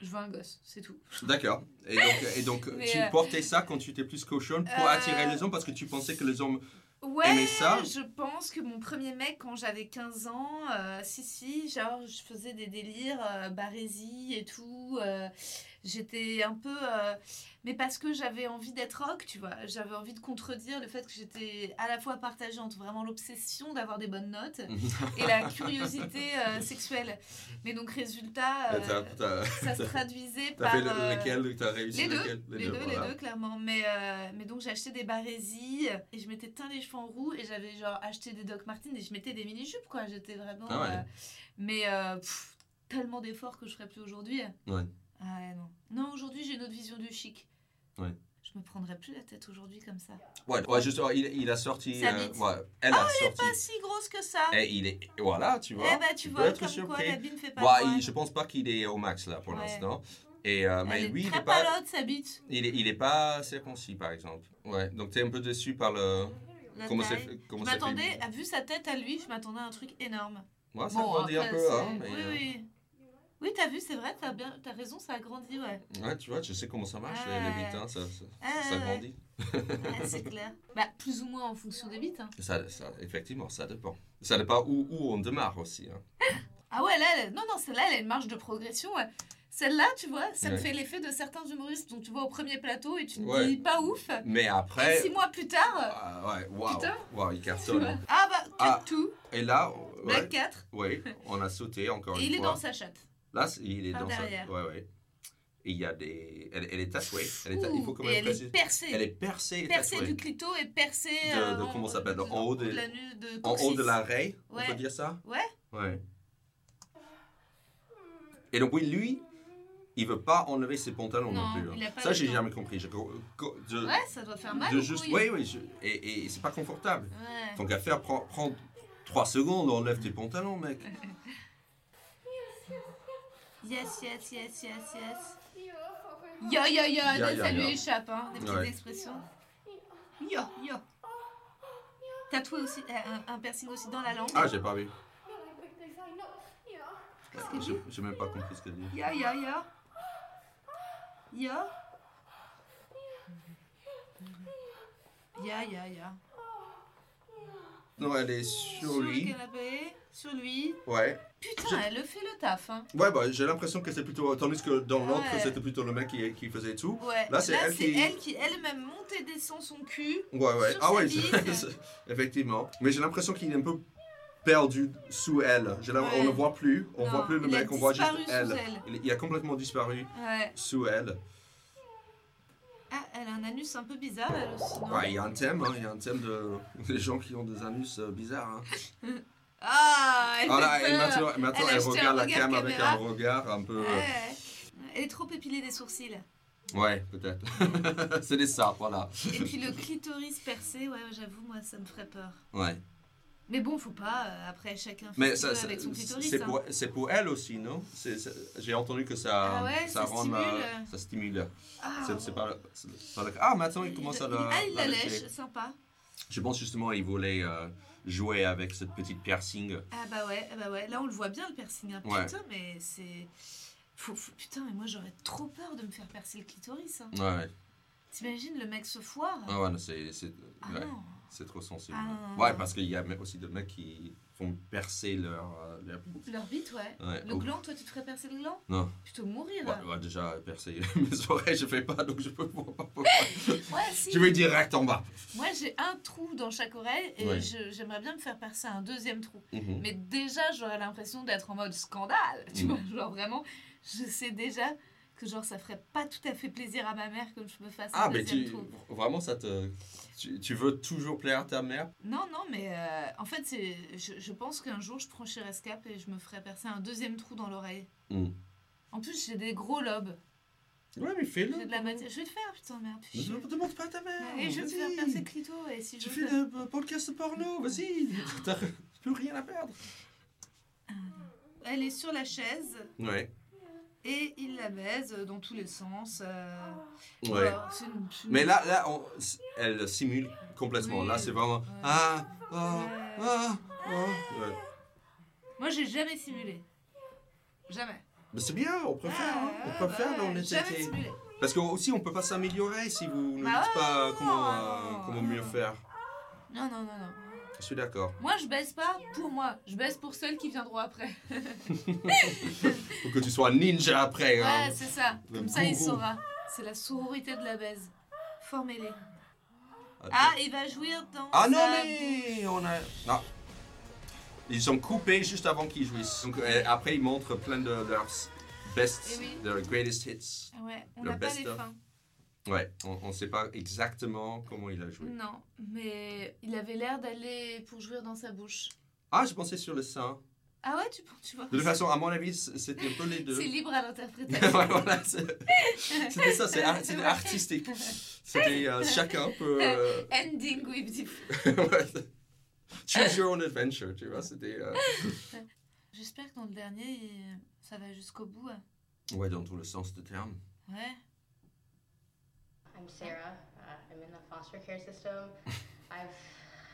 S2: je veux un gosse, c'est tout.
S3: D'accord. Et donc, et donc
S2: Mais,
S3: tu
S2: euh,
S3: portais ça quand tu étais plus cochonne pour
S2: euh,
S3: attirer les hommes parce que tu pensais que les hommes.
S2: Ouais,
S3: Aimer ça
S2: je pense que mon premier mec, quand j'avais 15 ans, euh, si, si, genre, je faisais des délires, euh, barésie et tout. euh, j'étais un peu. euh, mais parce que j'avais envie d'être rock, tu vois. J'avais envie de contredire le fait que j'étais à la fois partagée entre vraiment l'obsession d'avoir des bonnes notes et la curiosité euh, sexuelle. Mais donc, résultat, euh,
S3: T'as- t'as-
S2: ça se traduisait
S3: T'as
S2: par.
S3: fait
S2: euh,
S3: le- lequel T'as réussi
S2: les deux,
S3: lequel
S2: les, deux,
S3: voilà.
S2: les deux, clairement. Mais, euh, mais donc j'ai acheté des barésies et je m'étais teint les cheveux en roux et j'avais genre acheté des Doc Martens et je mettais des mini-jupes quoi. J'étais vraiment.
S3: Ah ouais.
S2: euh, mais euh, pff, tellement d'efforts que je ferais plus aujourd'hui.
S3: Ouais.
S2: Ah ouais, non. Non, aujourd'hui j'ai une autre vision du chic.
S3: Ouais.
S2: Je me prendrais plus la tête aujourd'hui comme ça.
S3: Ouais, ouais, juste, oh, il, il a sorti.
S2: Sa bite.
S3: ouais, elle a sorti.
S2: Ah, Pas si grosse que ça.
S3: Et il est. Voilà, Eh, tu
S2: Eh
S3: vois.
S2: bah tu,
S3: tu peux
S2: vois,
S3: être
S2: comme quoi
S3: surpris.
S2: la bine fait pas
S3: Ouais,
S2: de
S3: il-
S2: moine.
S3: je pense pas qu'il est au max là pour
S2: Ouais.
S3: l'instant. Et euh, mais
S2: Elle
S3: lui,
S2: est
S3: il
S2: très
S3: est pas,
S2: palote sa bite.
S3: il est, il est pas circoncis par exemple. Ouais, donc t'es un peu déçu par le.
S2: La
S3: comment c'est
S2: taille.
S3: fait-
S2: Je
S3: comment c'est fait.
S2: m'attendais, à- vu sa tête à lui, je m'attendais à un truc énorme.
S3: Ouais, ça grandit un
S2: après,
S3: peu, hein.
S2: c'est-
S3: mais,
S2: oui,
S3: euh,
S2: oui. Oui, t'as vu, c'est vrai, t'as bien, t'as raison, ça a grandi, ouais.
S3: Ouais, tu vois, je sais comment ça marche, les- les
S2: Ouais.
S3: bites, hein, ça, ça,
S2: Ah,
S3: ça
S2: ouais.
S3: grandit.
S2: Ouais, c'est clair. Bah, plus ou moins en fonction des bites. hein.
S3: Ça, ça- effectivement, ça dépend. Ça dépend où, où on démarre aussi. hein.
S2: Ah ouais, là, elle- non, non, celle-là, elle a une marge de progression. ouais. Celle-là, tu vois, ça me
S3: Ouais.
S2: fait l'effet de certains humoristes dont tu vois au premier plateau et tu te
S3: Ouais.
S2: dis pas ouf.
S3: Mais
S2: Et
S3: après.
S2: six mois plus tard,
S3: Ah, ouais, waouh,
S2: Putain.
S3: waouh, il
S2: tu vois,
S3: cartonne.
S2: ah bah, 4
S3: Ah,
S2: tout,
S3: Et là,
S2: Black
S3: ouais,
S2: 4,
S3: ouais, on a sauté encore
S2: Bah, et
S3: une
S2: il est
S3: fois.
S2: dans sa chatte.
S3: Là, c'est- il est
S2: Par
S3: dans sa. Ouais,
S2: derrière.
S3: ouais. Et il y a des. Elle, elle est tatouée. Elle est ta-
S2: Ouh,
S3: Il faut quand
S2: et
S3: même
S2: elle est
S3: préciser.
S2: percée.
S3: Elle est percée et
S2: percée
S3: tatouée.
S2: du clito et percée.
S3: De-
S2: euh,
S3: de comment ça s'appelle, en
S2: en
S3: haut
S2: de
S3: des-
S2: la nu- de
S3: En haut de
S2: coccyx.
S3: l'arrêt, on
S2: Ouais.
S3: peut dire ça
S2: Ouais.
S3: Ouais. Et donc, oui, lui, il veut pas enlever ses pantalons non,
S2: Non,
S3: plus. hein.
S2: il a pas
S3: ça,
S2: le
S3: j'ai
S2: temps.
S3: jamais compris. Je- co- de-
S2: Ouais, ça doit faire mal.
S3: de
S2: aux
S3: juste,
S2: couilles.
S3: oui, oui, je- et, et c'est pas confortable.
S2: Ouais.
S3: Tant qu'à faire, prends, prends 3 secondes, enlève tes pantalons, mec.
S2: Yes, yes, yes, yes, yes. Yo, yo, yo,
S3: Yo,
S2: ça
S3: yo,
S2: lui
S3: yo.
S2: échappe, hein, des petites
S3: Ouais.
S2: expressions. Yo, yo. Tatoué aussi, euh, un, un piercing aussi dans la langue.
S3: Ah, j'ai pas vu. Euh,
S2: Qu'est-ce qu'elle
S3: J'ai
S2: dit
S3: j'ai même pas compris ce qu'elle dit.
S2: Yo, yo, yo. Yo. Yo, yo, yo.
S3: Non, elle est sur
S2: Sur le
S3: lui.
S2: canapé, sur lui.
S3: Ouais.
S2: Putain,
S3: Je-
S2: elle le fait le taf, hein.
S3: Ouais, bah, j'ai l'impression que c'est plutôt. Tandis que dans l'autre,
S2: Ouais.
S3: c'était plutôt le mec qui, qui faisait tout.
S2: Ouais,
S3: Là, c'est elle qui-
S2: elle qui elle-même monte et descend son cul.
S3: Ouais, ouais.
S2: Sur
S3: ah,
S2: sa
S3: ouais,
S2: bite.
S3: c'est- effectivement. Mais j'ai l'impression qu'il est un peu perdu sous elle. J'ai l'im-
S2: Ouais.
S3: On ne voit plus. On
S2: Non,
S3: voit plus le
S2: il a
S3: mec, on voit juste
S2: disparu sous
S3: elle.
S2: elle.
S3: Il, il a complètement disparu
S2: Ouais.
S3: sous elle.
S2: Ah, elle a un anus un peu bizarre, elle aussi. non
S3: Ouais, il y a un thème, hein, il y a un thème de. Les gens qui ont des anus euh, bizarres. hein.
S2: Ah, elle
S3: Ah là,
S2: fait
S3: et
S2: peur.
S3: maintenant, maintenant,
S2: Elle a
S3: elle
S2: jeté un
S3: regarde la
S2: regard
S3: cam avec
S2: caméra.
S3: un regard un peu. euh,
S2: Ouais. Elle est trop épilée des sourcils.
S3: Ouais, peut-être. c'est des sapes, voilà.
S2: Et puis le clitoris percé, ouais, j'avoue, moi, ça me ferait peur.
S3: Ouais.
S2: Mais bon, faut pas. euh, après, chacun fait ce
S3: Mais
S2: qu'il
S3: ça,
S2: veut
S3: ça-
S2: avec son clitoris.
S3: c'est
S2: hein.
S3: pour, c'est pour elle aussi, non C'est- c'est- J'ai entendu que ça,
S2: Ah ouais, ça
S3: rend la-
S2: stimule.
S3: ça stimule.
S2: Ah,
S3: C'est- c'est pas- c'est pas le cas. Ah, maintenant il commence à la.
S2: Ah, il la
S3: lécher.
S2: lèche, sympa.
S3: Je pense justement il voulait euh, jouer avec cette petite piercing.
S2: Ah bah ouais, ah bah ouais. Là, on le voit bien le piercing. hein.
S3: Ouais.
S2: Putain, mais c'est. Faut- faut- Putain, mais moi, j'aurais trop peur de me faire percer le clitoris. hein.
S3: Ouais, ouais.
S2: T'imagines, le mec se foire
S3: Ah ouais, non, c'est c'est-
S2: Ah
S3: ouais,
S2: non.
S3: c'est trop sensible.
S2: Ah.
S3: Ouais, parce qu'il y a même aussi des mecs qui font percer leur. euh, leur-
S2: Leur bite, ouais.
S3: Ouais,
S2: Le
S3: oh.
S2: gland, toi, tu te ferais percer le gland
S3: Non.
S2: Plutôt mourir.
S3: Ouais, ouais, déjà percer mes oreilles, je fais pas, donc je peux pas.
S2: Ouais, Ah, si.
S3: Je vais direct en bas.
S2: Moi, j'ai un trou dans chaque oreille et
S3: Ouais.
S2: je- j'aimerais bien me faire percer un deuxième trou.
S3: Mhm.
S2: Mais déjà, j'aurais l'impression d'être en mode scandale. Tu
S3: Mm.
S2: vois, genre vraiment, je sais déjà que genre ça ferait pas tout à fait plaisir à ma mère que je me fasse un
S3: Ah, mais
S2: deuxième
S3: tu,
S2: trou.
S3: vraiment, ça te. Tu, tu veux toujours plaire à ta mère
S2: Non, non, mais euh, en fait, c'est, je, je pense qu'un jour, je prends chez Rescap et je me ferai percer un deuxième trou dans l'oreille.
S3: Mm.
S2: En plus, j'ai des gros lobes.
S3: Ouais, mais
S2: J'ai
S3: fais-le.
S2: de la matière. Je vais le faire, putain, merde.
S3: Ne
S2: Je...
S3: te demande pas à ta mère.
S2: Et je vais me faire
S3: vas-y.
S2: percer le clito. Et si je
S3: Tu
S2: le
S3: fais
S2: fais-
S3: le podcast porno, vas-y. T'as plus rien à perdre.
S2: Elle est sur la chaise
S3: Ouais.
S2: et il la baise dans tous les sens. euh,
S3: Ouais.
S2: voilà, c'est une- c'est une-
S3: Mais là, là on- elle simule complètement.
S2: Oui.
S3: Là, c'est vraiment.
S2: Ouais.
S3: Ah, ah,
S2: Ouais.
S3: ah, ah. Ouais.
S2: Moi, j'ai jamais simulé. Jamais.
S3: Mais c'est bien, on préfère. hein.
S2: Ouais,
S3: On préfère,
S2: ouais,
S3: là, on était.
S2: Jamais simulé.
S3: Parce que aussi, on peut pas s'améliorer si vous ne
S2: Bah
S3: dites pas
S2: non,
S3: comment,
S2: non,
S3: euh,
S2: non,
S3: comment
S2: non.
S3: mieux faire.
S2: Non, non, non, non.
S3: Je suis d'accord.
S2: Moi, je baisse pas pour moi. Je baisse pour celles qui viendront après.
S3: Faut que tu sois un ninja après. hein.
S2: Ouais, c'est ça.
S3: Le
S2: Comme ça, il
S3: gourou.
S2: saura. C'est la sororité de la baise. Formez-les.
S3: Ah,
S2: Ah, il va jouir dans.
S3: Ah non,
S2: sa
S3: mais on a. Non. Ils sont coupés juste avant qu'ils jouissent. Donc, euh, après, ils montrent plein de leurs best,
S2: Eh oui.
S3: leurs greatest hits.
S2: bouche. Ouais, on
S3: Le
S2: n'a pas
S3: best
S2: les
S3: of.
S2: fins.
S3: Ouais, on ne sait pas exactement comment il a joué.
S2: Non, mais il avait l'air d'aller pour jouir dans sa bouche.
S3: Ah, je pensais sur le sein.
S2: Ah ouais, tu, tu vois.
S3: De toute façon, à mon avis, c- c'était un peu les deux.
S2: C'est libre à l'interprétation.
S3: Ouais, voilà, c'est- c'était ça, c'est ar- c'était artistique. C'était euh, chacun peut. euh,
S2: Ending with the-
S3: ouais. Choose your own adventure, tu vois. C'était. euh,
S2: J'espère que dans le dernier, il- ça va jusqu'au bout. hein.
S3: Ouais, dans tout le sens du terme.
S2: Ouais.
S6: I'm Sarah. Uh, I'm in the foster care system. I've,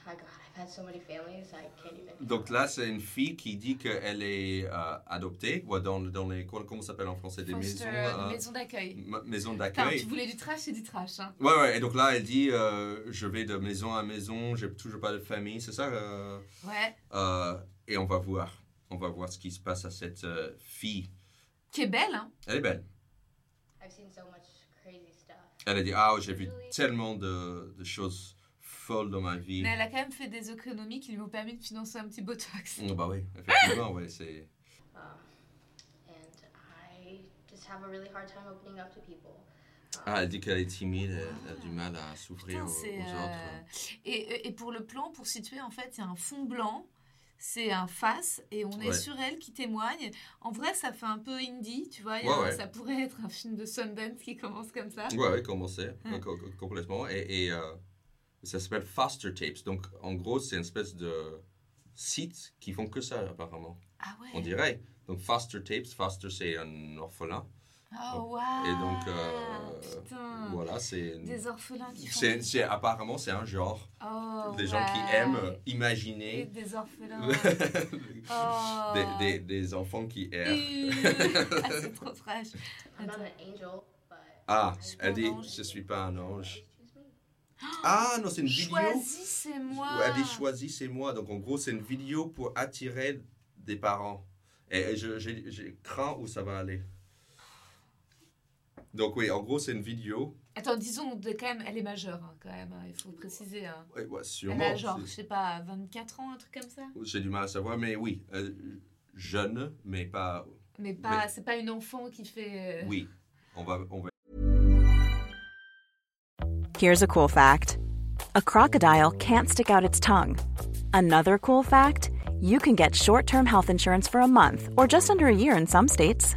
S6: oh God, I've had so many families. I can't even.
S3: Donc là, c'est une fille qui dit qu'elle est euh, adoptée, ou dans, dans les. Comment comment ça s'appelle en français Des
S2: Foster,
S3: maisons.
S2: euh,
S3: euh,
S2: maison d'accueil.
S3: ma- maisons
S2: Enfin,
S3: d'accueil.
S2: tu voulais du trash, c'est du trash. Hein.
S3: Ouais, ouais, et donc là, elle dit euh, Je vais de maison à maison, j'ai toujours pas de famille, c'est ça euh,
S2: Ouais.
S3: euh, Et on va voir. On va voir ce qui se passe à cette euh, fille.
S2: Qui est belle, hein.
S3: Elle est belle.
S6: I've seen so much crazy stuff.
S3: Elle a dit Ah, j'ai vu tellement de, de choses folles dans ma vie.
S2: Mais elle a quand même fait des économies qui lui ont permis de financer un petit botox.
S3: Oh, bah oui, effectivement, ouais, c'est.
S6: Um, and I just have a really hard time opening up to people.
S3: Ah, elle dit qu'elle est timide, elle, elle a du mal à s'ouvrir
S2: Putain,
S3: aux,
S2: c'est.
S3: aux
S2: euh,
S3: autres.
S2: Et, et pour le plan, pour situer, en fait, il y a un fond blanc, c'est un face, et on est
S3: Ouais.
S2: sur elle qui témoigne. En vrai, ça fait un peu indie, tu vois. il y a
S3: Ouais,
S2: un-
S3: ouais.
S2: Ça pourrait être un film de Sundance qui commence comme ça.
S3: Ouais, ouais, commencer
S2: Hmm.
S3: complètement. Et, et, euh, ça s'appelle Faster Tapes. Donc, en gros, c'est une espèce de site qui font que ça, apparemment.
S2: Ah ouais.
S3: On dirait. Donc, Faster Tapes, Faster, c'est un orphelin.
S2: Oh, waouh.
S3: Et donc, euh,
S2: Putain.
S3: voilà, c'est.
S2: Ah. Des orphelins qui font.
S3: c'est-
S2: des-
S3: c'est- apparemment, c'est un genre.
S2: Oh,
S3: des gens
S2: ouais.
S3: qui aiment euh,
S2: Et
S3: imaginer
S2: des orphelins. Oh.
S3: des, des, des enfants qui errent.
S2: Euh, ah, c'est trop trash.
S6: I'm not
S2: Attends.
S6: an angel, but
S3: Ah,
S2: suis pas
S3: elle
S2: un
S3: dit
S2: ange.
S3: Je suis pas un ange.
S6: please choose me.
S3: Ah, non, c'est une vidéo.
S2: Choisissez-moi.
S3: Ouais, Elle dit choisissez-moi. Donc en gros, c'est une vidéo pour attirer des parents. Et, et je, je- je crains où ça va aller. Donc oui, en gros, c'est une vidéo.
S2: Attends, disons, de- quand même, elle est majeure, hein, quand même, hein, il faut préciser. hein.
S3: Ouais, ouais,
S2: Elle
S3: sûrement.
S2: a genre, je
S3: c'est-
S2: sais pas, 24 ans, un truc comme ça.
S3: J'ai du mal à savoir, mais oui. euh, jeune, mais pas.
S2: Mais pas,
S3: Mais-
S2: c'est pas une enfant qui fait. euh,
S3: Oui. On va, on va
S7: Here's a cool fact a crocodile can't stick out its tongue. Another cool fact you can get short-term health insurance for a month or just under a year in some states.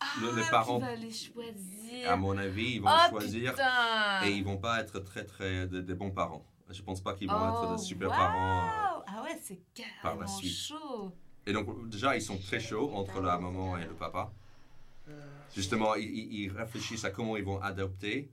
S2: Ah,
S3: les parents,
S2: Tu vas les choisir.
S3: à mon avis, ils vont
S2: oh,
S3: choisir
S2: putain.
S3: et ils vont pas être très, très des, des bons parents. Je pense pas qu'ils vont être
S2: Oh,
S3: des super
S2: wow.
S3: parents. euh.
S2: Ah ouais, c'est
S3: par la
S2: carrément
S3: suite.
S2: chaud.
S3: Et donc, déjà, ils sont très chauds entre la maman et le papa. Justement, ils, ils- ils réfléchissent à comment ils vont adopter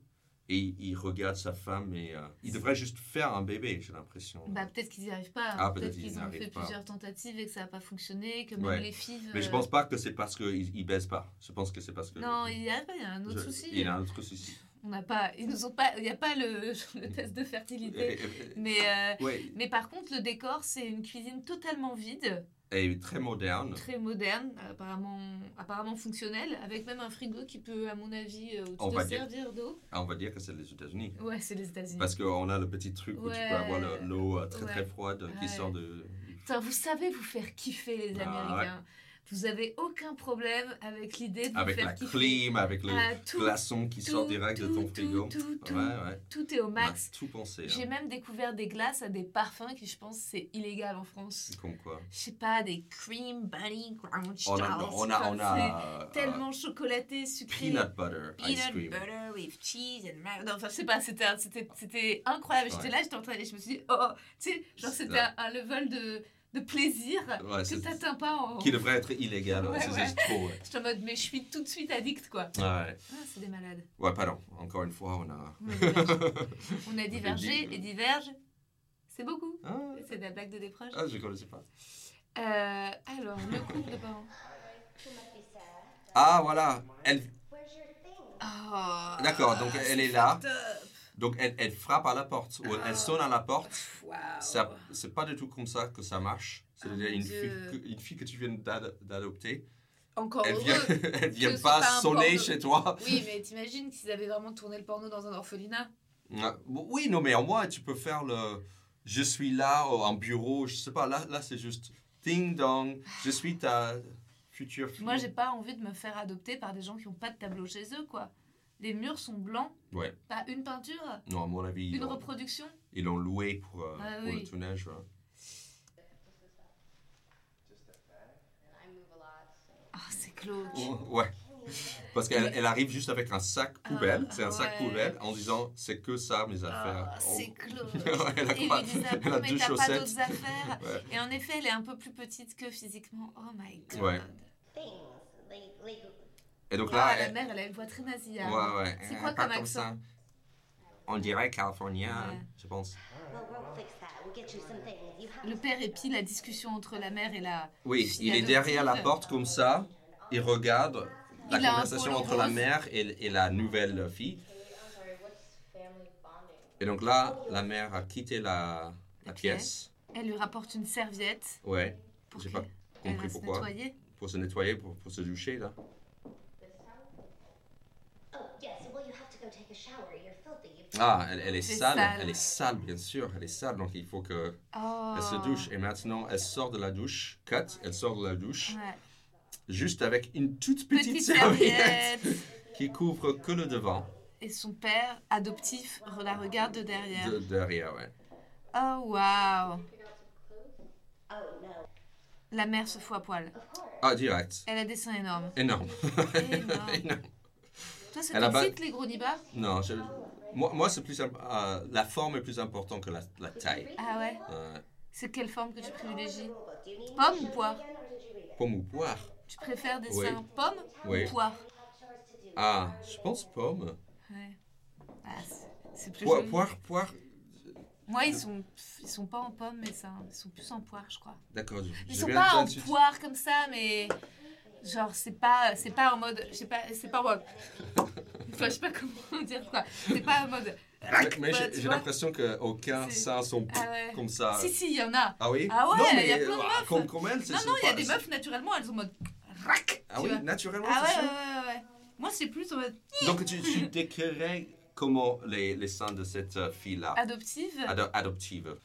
S3: et ils regardent sa femme et euh, ils devraient juste faire un bébé, j'ai l'impression.
S2: Bah, peut-être qu'ils n'y arrivent pas.
S3: Ah, peut-être
S2: peut-être
S3: qu'ils n'y
S2: qu'ils ont
S3: arrivent
S2: fait
S3: pas.
S2: plusieurs tentatives et que ça n'a pas fonctionné, que même
S3: Ouais.
S2: les filles.
S3: Mais je
S2: euh,
S3: pense pas que c'est parce qu'ils ils baisent pas. Je pense que c'est parce que.
S2: Non, il y a, il y a un autre
S3: Je-
S2: souci.
S3: Il y a un autre souci.
S2: On n'a pas, ils nous ont pas, il n'y a pas le, le test de fertilité.
S3: Et- et-
S2: Mais, euh,
S3: Ouais,
S2: mais par contre, le décor, c'est une cuisine totalement vide,
S3: et très moderne.
S2: très moderne, apparemment, apparemment fonctionnelle, avec même un frigo qui peut, à mon avis, euh, où tu
S3: On
S2: te
S3: va dire.
S2: servir d'eau.
S3: Ah, On va dire que c'est les États-Unis.
S2: Ouais, c'est les États-Unis.
S3: Parce qu'on a le petit truc où tu
S2: Ouais.
S3: peux avoir le- l'eau euh, très très
S2: Ouais.
S3: froide qui
S2: Ouais.
S3: sort de.
S2: Putain, vous savez vous faire kiffer, les
S3: Ah,
S2: Américains. Vous avez aucun problème avec l'idée de
S3: Avec
S2: vous faire
S3: la
S2: kiffer.
S3: clim, avec le
S2: Ah, tout,
S3: glaçon qui sort
S2: tout,
S3: direct de
S2: tout,
S3: ton
S2: tout,
S3: frigo.
S2: tout, tout.
S3: Ouais, ouais.
S2: Tout est au
S3: On a
S2: max.
S3: tout pensé. hein.
S2: J'ai même découvert des glaces à des parfums qui, je pense, c'est illégal en France.
S3: Comme quoi.
S2: Je sais pas, des cream bunny ground
S3: On a,
S2: stars,
S3: on a,
S2: comme
S3: on
S2: c'est
S3: a, euh,
S2: Tellement chocolaté, sucré.
S3: peanut butter ice
S2: peanut
S3: cream.
S2: butter with cheese and mac- Non, enfin, je sais pas, c'était un- c'était- c'était incroyable. J'étais
S3: Ouais.
S2: là, j'étais en train de. Je me suis dit, oh, oh. tu sais, genre,
S3: C'est-
S2: c'était un, un level de, de plaisir
S3: Ouais,
S2: que
S3: c'est-
S2: t'atteins pas en.
S3: Qui devrait être illégal. hein,
S2: Ouais,
S3: c'est
S2: ouais.
S3: juste trop. Ouais.
S2: J'étais en mode, mais je suis tout de suite addict, quoi.
S3: Ouais.
S2: Ah, c'est des malades.
S3: ouais, pardon. Encore une fois, on a.
S2: On a divergé. On a divergé
S3: dit-
S2: et diverge. C'est beaucoup.
S3: ah,
S2: C'est de la blague de des proches.
S3: ah, je connaissais pas.
S2: Euh, alors, le couple de parents.
S3: Ah, voilà. Elle,
S2: Oh,
S3: D'accord, donc elle est là.
S2: fucked up.
S3: Donc elle, elle frappe à la porte, ou
S2: Ah.
S3: elle sonne à la porte.
S2: Waouh.
S3: Ça- C'est pas du tout comme ça que ça marche. C'est-à-dire
S2: Ah. mon
S3: une,
S2: Dieu.
S3: fille que- une fille que tu viens d'ad- d'adopter,
S2: Encore
S3: elle
S2: heureux.
S3: vient, elle vient
S2: que c'est
S3: pas
S2: pas un
S3: sonner
S2: porno.
S3: chez toi.
S2: Oui, mais t'imagines s'ils avaient vraiment tourné le porno dans un orphelinat
S3: Ah, Oui, non, mais au moins tu peux faire le je suis là, ou un bureau, je sais pas. Là, là c'est juste ding dong, je suis ta future fille.
S2: Moi, j'ai pas envie de me faire adopter par des gens qui ont pas de tableau chez eux, quoi. Les murs sont blancs,
S3: Ouais,
S2: pas une peinture,
S3: non, à mon avis, ils
S2: une
S3: l'ont-
S2: reproduction.
S3: ils l'ont loué pour, euh,
S2: Ah
S3: pour
S2: oui.
S3: le tournage. ouais.
S6: I move a lot, so
S2: Ah, c'est Claude.
S3: Ouais. Parce qu'elle elle arrive juste avec un sac poubelle, c'est un sac
S2: Ah, ouais.
S3: poubelle, en disant c'est que ça mes affaires.
S2: Ah,
S3: Oh.
S2: c'est Claude.
S3: elle a
S2: Et
S3: quoi
S2: lui disait, ah
S3: Elle a
S2: bon, mais
S3: deux
S2: t'as pas
S3: chaussettes.
S2: d'autres affaires.
S3: Ouais.
S2: Et en effet, elle est un peu plus petite que physiquement. Oh my god.
S3: Ouais.
S6: things like like
S3: Et donc là,
S2: Ah, la
S3: elle-
S2: mère, elle a une voix très nasillarde.
S3: ouais, ouais.
S2: C'est
S3: Elle
S2: quoi
S3: parle
S2: comme
S3: ça.
S2: accent
S3: On dirait californien,
S2: Ouais.
S3: je pense.
S6: Well, we'll fix that. We'll get you some things. You have
S2: Le père épie la discussion entre la mère et la.
S3: Oui,
S2: fille
S3: il est
S2: adoptive.
S3: derrière la porte comme ça, il regarde la
S2: Il a un
S3: conversation
S2: polo
S3: entre la
S2: rose.
S3: mère et, et la nouvelle fille. Et donc là, la mère a quitté la, la
S2: Ok.
S3: pièce.
S2: Elle lui rapporte une serviette
S3: Ouais,
S2: pour
S3: j'ai
S2: qu'elle
S3: pas
S2: elle va
S3: compris
S2: se
S3: pourquoi.
S2: nettoyer.
S3: Pour se nettoyer, pour, pour se doucher là.
S6: Oh yes. Well, you have to go take a shower. You're filthy. You've
S3: Ah, elle, elle est
S2: C'est
S3: sale.
S2: sale.
S3: elle est sale, bien sûr, elle est sale, donc il faut que
S2: Oh.
S3: elle se douche. Et maintenant, elle sort de la douche, Kat, elle sort de la douche,
S2: Oh, Ouais.
S3: juste avec une toute petite,
S2: Petite
S3: serviette
S2: serviette.
S3: qui couvre que le devant,
S2: Et son père, adoptif, re- la regarde de derrière.
S3: de- derrière, ouais.
S2: Oh waouh
S6: Oh no.
S2: La mère se fout à poil.
S3: Ah, direct.
S2: Elle a des seins énormes.
S3: Énorme.
S2: Énorme.
S3: Énorme.
S2: Toi, ça
S3: Elle a pas-
S2: t'excite les gros nibas
S3: Non, je- moi, moi c'est plus imp- euh, la forme est plus importante que la, la taille.
S2: Ah ouais
S3: Euh,
S2: C'est quelle forme que tu privilégies
S6: But do you need
S2: Pomme ou poire
S3: pomme ou poire
S2: Tu préfères des
S3: Oui.
S2: seins pomme
S3: Oui.
S2: ou poire
S3: Ah, je pense pomme.
S2: Ouais. Ah, c'est- c'est plus
S3: Poire,
S2: joli.
S3: poire, poire.
S2: Moi, ils sont, ils sont pas en pomme, mais ça, hein. ils sont plus en poire, je crois.
S3: D'accord. je-
S2: Ils
S3: je
S2: sont
S3: viens
S2: pas
S3: de-
S2: en
S3: tu-
S2: poire comme ça, mais genre c'est pas, c'est pas en mode, je sais pas, c'est pas en mode. Enfin, je sais pas comment dire quoi. C'est pas en mode.
S3: Mais- Mais
S2: Bah,
S3: j'ai-
S2: tu
S3: j'ai
S2: vois.
S3: l'impression qu'aucun
S2: C'est-
S3: sein sont
S2: Ah ouais.
S3: comme ça.
S2: Si si, il y en a.
S3: Ah oui
S2: Ah ouais,
S3: Non,
S2: il y a
S3: mais,
S2: plein de
S3: ah,
S2: meufs.
S3: Comme, comme elle, c'est
S2: Non, non, il y a
S3: pas-
S2: des meufs, naturellement, elles sont en mode. rac
S3: Ah
S2: tu
S3: oui,
S2: vois.
S3: naturellement,
S2: Ah
S3: c'est
S2: ouais,
S3: ça.
S2: ouais, ouais, ouais. Moi, c'est plus en mode
S3: Donc, tu, tu décrirais comment les, les seins de cette euh, fille-là,
S2: adoptive.
S3: ado- adoptive.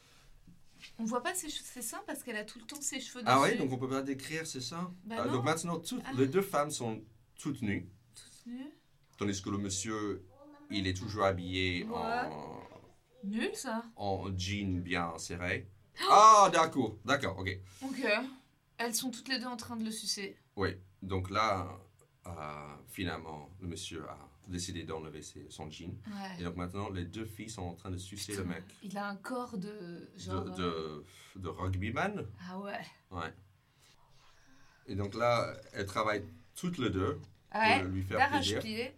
S2: On voit pas ses, che- ses seins parce qu'elle a tout le temps ses cheveux dessus.
S3: Ah ouais, donc on peut pas décrire, c'est ça
S2: Bah
S3: Ah,
S2: non.
S3: Donc maintenant, toutes,
S2: Ah.
S3: les deux femmes sont toutes nues,
S2: Toute nue.
S3: tandis que le monsieur, il est toujours habillé en,
S2: Nul, ça.
S3: en jean bien serré. Ah, d'accord, d'accord, ok.
S2: Ok. Elles sont toutes les deux en train de le sucer.
S3: Oui, donc là, euh, finalement, le monsieur a décidé d'enlever ses- son jean. Et
S2: Ouais.
S3: donc maintenant, les deux filles sont en train de sucer le mec.
S2: Il a un corps de. Genre.
S3: De,
S2: euh,
S3: de, de rugbyman.
S2: Ah ouais.
S3: Ouais. Et donc là, elles travaillent toutes les deux.
S2: Ouais.
S3: lui faire plaisir.
S2: D'arrache-pied.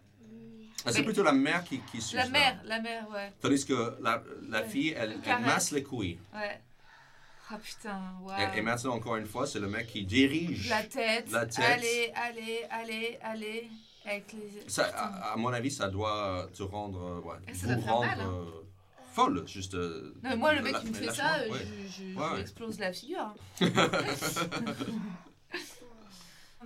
S3: Ah, c'est
S2: Mais-
S3: plutôt la mère qui, qui suce.
S2: La
S3: là.
S2: mère, la mère, ouais.
S3: Tandis que la, la
S2: Ouais.
S3: fille, elle, elle
S2: Caresse.
S3: masse les couilles.
S2: Ouais. Ah putain, waouh.
S3: Et, et maintenant, encore une fois, c'est le mec qui dirige.
S2: La tête.
S3: La tête.
S2: Allez, allez, allez, allez. Avec les.
S3: Ça,
S2: Putain.
S3: à, à mon avis, ça doit te rendre. euh, ouais,
S2: Eh, ça doit
S3: vous
S2: faire
S3: rendre
S2: mal, hein.
S3: euh, folle, juste. euh,
S2: Non, mais moi, le
S3: de
S2: mec
S3: la-
S2: qui me
S3: mais
S2: fait
S3: lâchement,
S2: ça, euh,
S3: ouais.
S2: je, je- je
S3: Ouais, ouais.
S2: explose la figure. hein.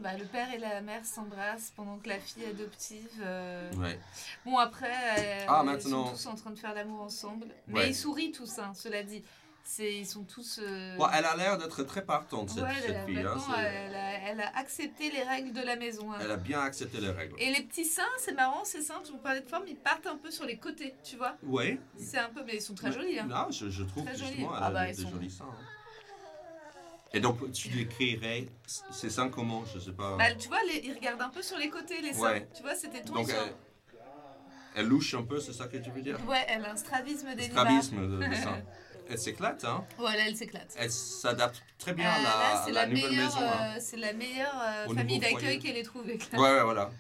S2: Bah, le père et la mère s'embrassent pendant que la fille adoptive. euh,
S3: Ouais.
S2: Bon, après, euh,
S3: Ah,
S2: ils
S3: maintenant-
S2: sont tous en train de faire l'amour ensemble. Mais
S3: Ouais.
S2: ils sourient tous, hein, cela dit. C'est, ils sont tous. euh,
S3: Bon, elle a l'air d'être très partante, cette,
S2: ouais, elle
S3: cette
S2: a- euh,
S3: fille. hein,
S2: maintenant,
S3: c'est-
S2: elle, a, elle a accepté les règles de la maison. hein.
S3: elle a bien accepté les règles.
S2: Et les petits seins, c'est marrant, ces seins, tu me parlais de forme, ils partent un peu sur les côtés, tu vois.
S3: Oui.
S2: C'est un peu, mais ils sont très jolis. Hein.
S3: Non, je, je trouve
S2: Très
S3: justement
S2: joli.
S3: elle
S2: Ah
S3: a
S2: bah, ils
S3: des
S2: sont-
S3: jolis seins. hein. Et donc, tu décrirais ces seins comment Je sais pas.
S2: Bah, tu vois, les- ils regardent un peu sur les côtés, les seins.
S3: Ouais.
S2: Tu vois, c'était ton
S3: donc,
S2: seins.
S3: elle, elle louche un peu, c'est ça que tu veux dire
S2: Ouais, elle a un strabisme des
S3: Strabisme de, de seins. Elle s'éclate, hein
S2: Ouais, là, elle s'éclate.
S3: Elle s'adapte très bien
S2: Ah,
S3: à
S2: là,
S3: la,
S2: c'est
S3: la
S2: la,
S3: nouvelle
S2: meilleure,
S3: maison. hein.
S2: euh, c'est la meilleure euh,
S3: Au nouveau
S2: famille
S3: foyer.
S2: d'accueil qu'elle ait trouvée.
S3: Ouais, ouais, voilà.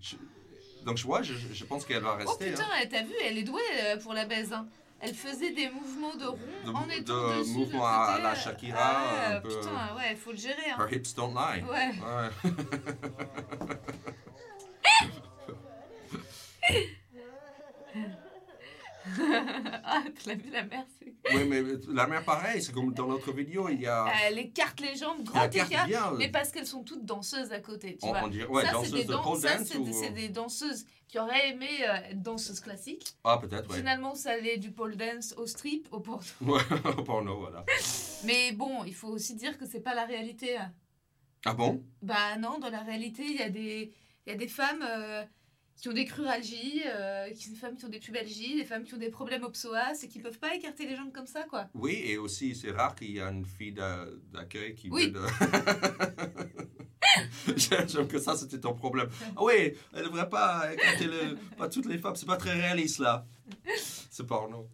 S3: Je- donc, je vois, je, je pense qu'elle va
S2: Oh
S3: rester.
S2: putain,
S3: hein.
S2: elle t'as vu, elle est douée euh, pour la baise. hein. Elle faisait des mouvements de rond
S3: De-
S2: en étant
S3: de
S2: dessus,
S3: mouvements
S2: de
S3: à
S2: côté,
S3: la
S2: euh,
S3: Shakira,
S2: ah,
S3: un peu.
S2: Putain, ouais, faut le gérer. Hein.
S3: Her hips don't lie.
S2: Ouais.
S3: Ouais.
S2: ah, t'as vu la mère c'est-
S3: Oui, mais la mère, pareil, c'est comme dans notre vidéo, il y a.
S2: Elle écarte les jambes,
S3: il y a
S2: grand
S3: carte
S2: écart.
S3: Ah. bien.
S2: Mais parce qu'elles sont toutes danseuses à côté, tu
S3: On-
S2: vois.
S3: on dirait- ouais,
S2: ça, c'est
S3: danseuse
S2: des,
S3: de
S2: dan-
S3: pole
S2: ça,
S3: dance
S2: c'est
S3: ou-
S2: des- c'est des danseuses qui auraient aimé euh, être danseuses classiques.
S3: Ah, peut-être, ouais.
S2: Finalement, ça allait du pole dance au strip, au porno.
S3: Ouais, au porno, voilà.
S2: Mais bon, il faut aussi dire que c'est pas la réalité. hein.
S3: Ah bon
S2: Bah non, dans la réalité, il y a des, il y a des femmes euh, qui ont des cruralgies, euh, qui, des femmes qui ont des pubalgies, des femmes qui ont des problèmes au psoas et qui peuvent pas écarter les jambes comme ça, quoi.
S3: Oui, et aussi, c'est rare qu'il y ait une fille d'a- d'accueil qui
S2: Oui.
S3: veut de- J'ai- J'aime que ça, c'était ton problème. Ah oui, elle devrait pas écarter le... Pas toutes les femmes, c'est pas très réaliste, là. C'est porno.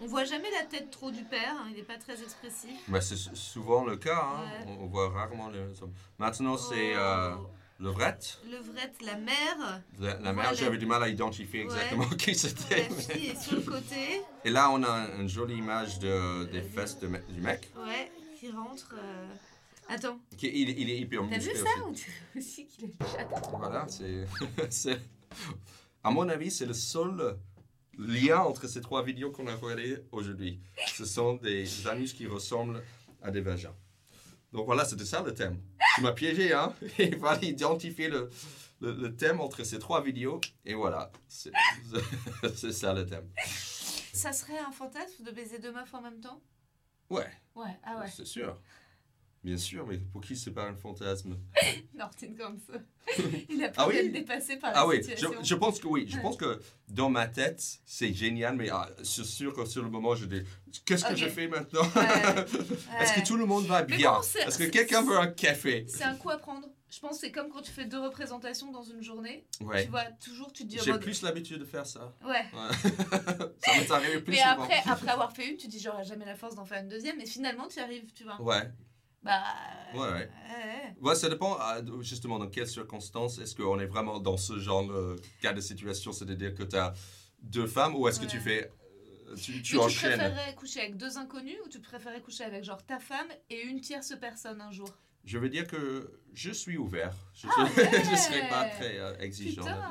S2: On voit jamais la tête trop du père, hein, il est pas très expressif.
S3: Mais c'est sou- souvent le cas, hein.
S2: Ouais.
S3: On, on voit rarement les hommes. Maintenant, c'est euh,
S2: Oh,
S3: Levrette,
S2: Levrette, la mère,
S3: la, la
S2: On
S3: mère.
S2: voit
S3: J'avais
S2: les-
S3: du mal à identifier
S2: Ouais.
S3: exactement qui c'était.
S2: la fille est sur le côté,
S3: Et là, on a une jolie image de, des fesses de me- du mec.
S2: ouais, qui rentre. euh. Attends,
S3: Qui, il, il est hyper
S2: t'as vu
S3: musclé
S2: ça
S3: aussi.
S2: ou tu aussi qu'il a une chatte
S3: Voilà, c'est. c'est- à mon avis, c'est le seul lien entre ces trois vidéos qu'on a regardées aujourd'hui. Ce sont des anus qui ressemblent à des vagins. Donc voilà, c'était ça le thème. Tu m'as piégé, hein Il fallait identifier le, le- le thème entre ces trois vidéos. Et voilà, c'est c'est ça le thème.
S2: Ça serait un fantasme de baiser deux meufs en même temps
S3: Ouais,
S2: Ouais, ah ouais.
S3: c'est sûr. Bien sûr, mais pour qui c'est pas un fantasme
S2: Norton comme ça. Il a
S3: Ah
S2: pas
S3: oui.
S2: été dépassé par la
S3: Ah oui, je,
S2: situation.
S3: je pense que oui. Je pense que dans ma tête, c'est génial, mais ah, c'est sûr que sur le moment, je dis Qu'est-ce que
S2: Ok.
S3: je fais maintenant
S2: Ouais.
S3: Est-ce que tout le monde va
S2: Mais
S3: bien
S2: bon, c'est-
S3: Est-ce que
S2: c'est-
S3: quelqu'un veut un café
S2: C'est un coup à prendre. Je pense que c'est comme quand tu fais deux représentations dans une journée.
S3: Ouais.
S2: Tu vois, toujours tu te dis... en
S3: J'ai
S2: mode-
S3: plus l'habitude de faire ça.
S2: Ouais.
S3: Ouais. ça m'est arrivé plus
S2: Mais
S3: souvent.
S2: après, après avoir fait une, tu te dis j'aurai jamais la force d'en faire une deuxième. Et finalement, tu y arrives, tu vois.
S3: Ouais.
S2: Bah...
S3: Ouais, ouais.
S2: ouais.
S3: Ouais, ça dépend euh, justement dans quelles circonstances. Est-ce qu'on est vraiment dans ce genre de cas de situation C'est-à-dire que tu as deux femmes ou est-ce que tu
S2: Ouais.
S3: fais. euh, Tu, tu
S2: Mais tu
S3: enchaînes
S2: préférerais coucher avec deux inconnus ou tu préférerais coucher avec genre ta femme et une tierce personne un jour
S3: Je veux dire que je suis ouvert. Je
S2: Ah
S3: ne
S2: ouais.
S3: serai pas très euh, exigeant. là-dessus.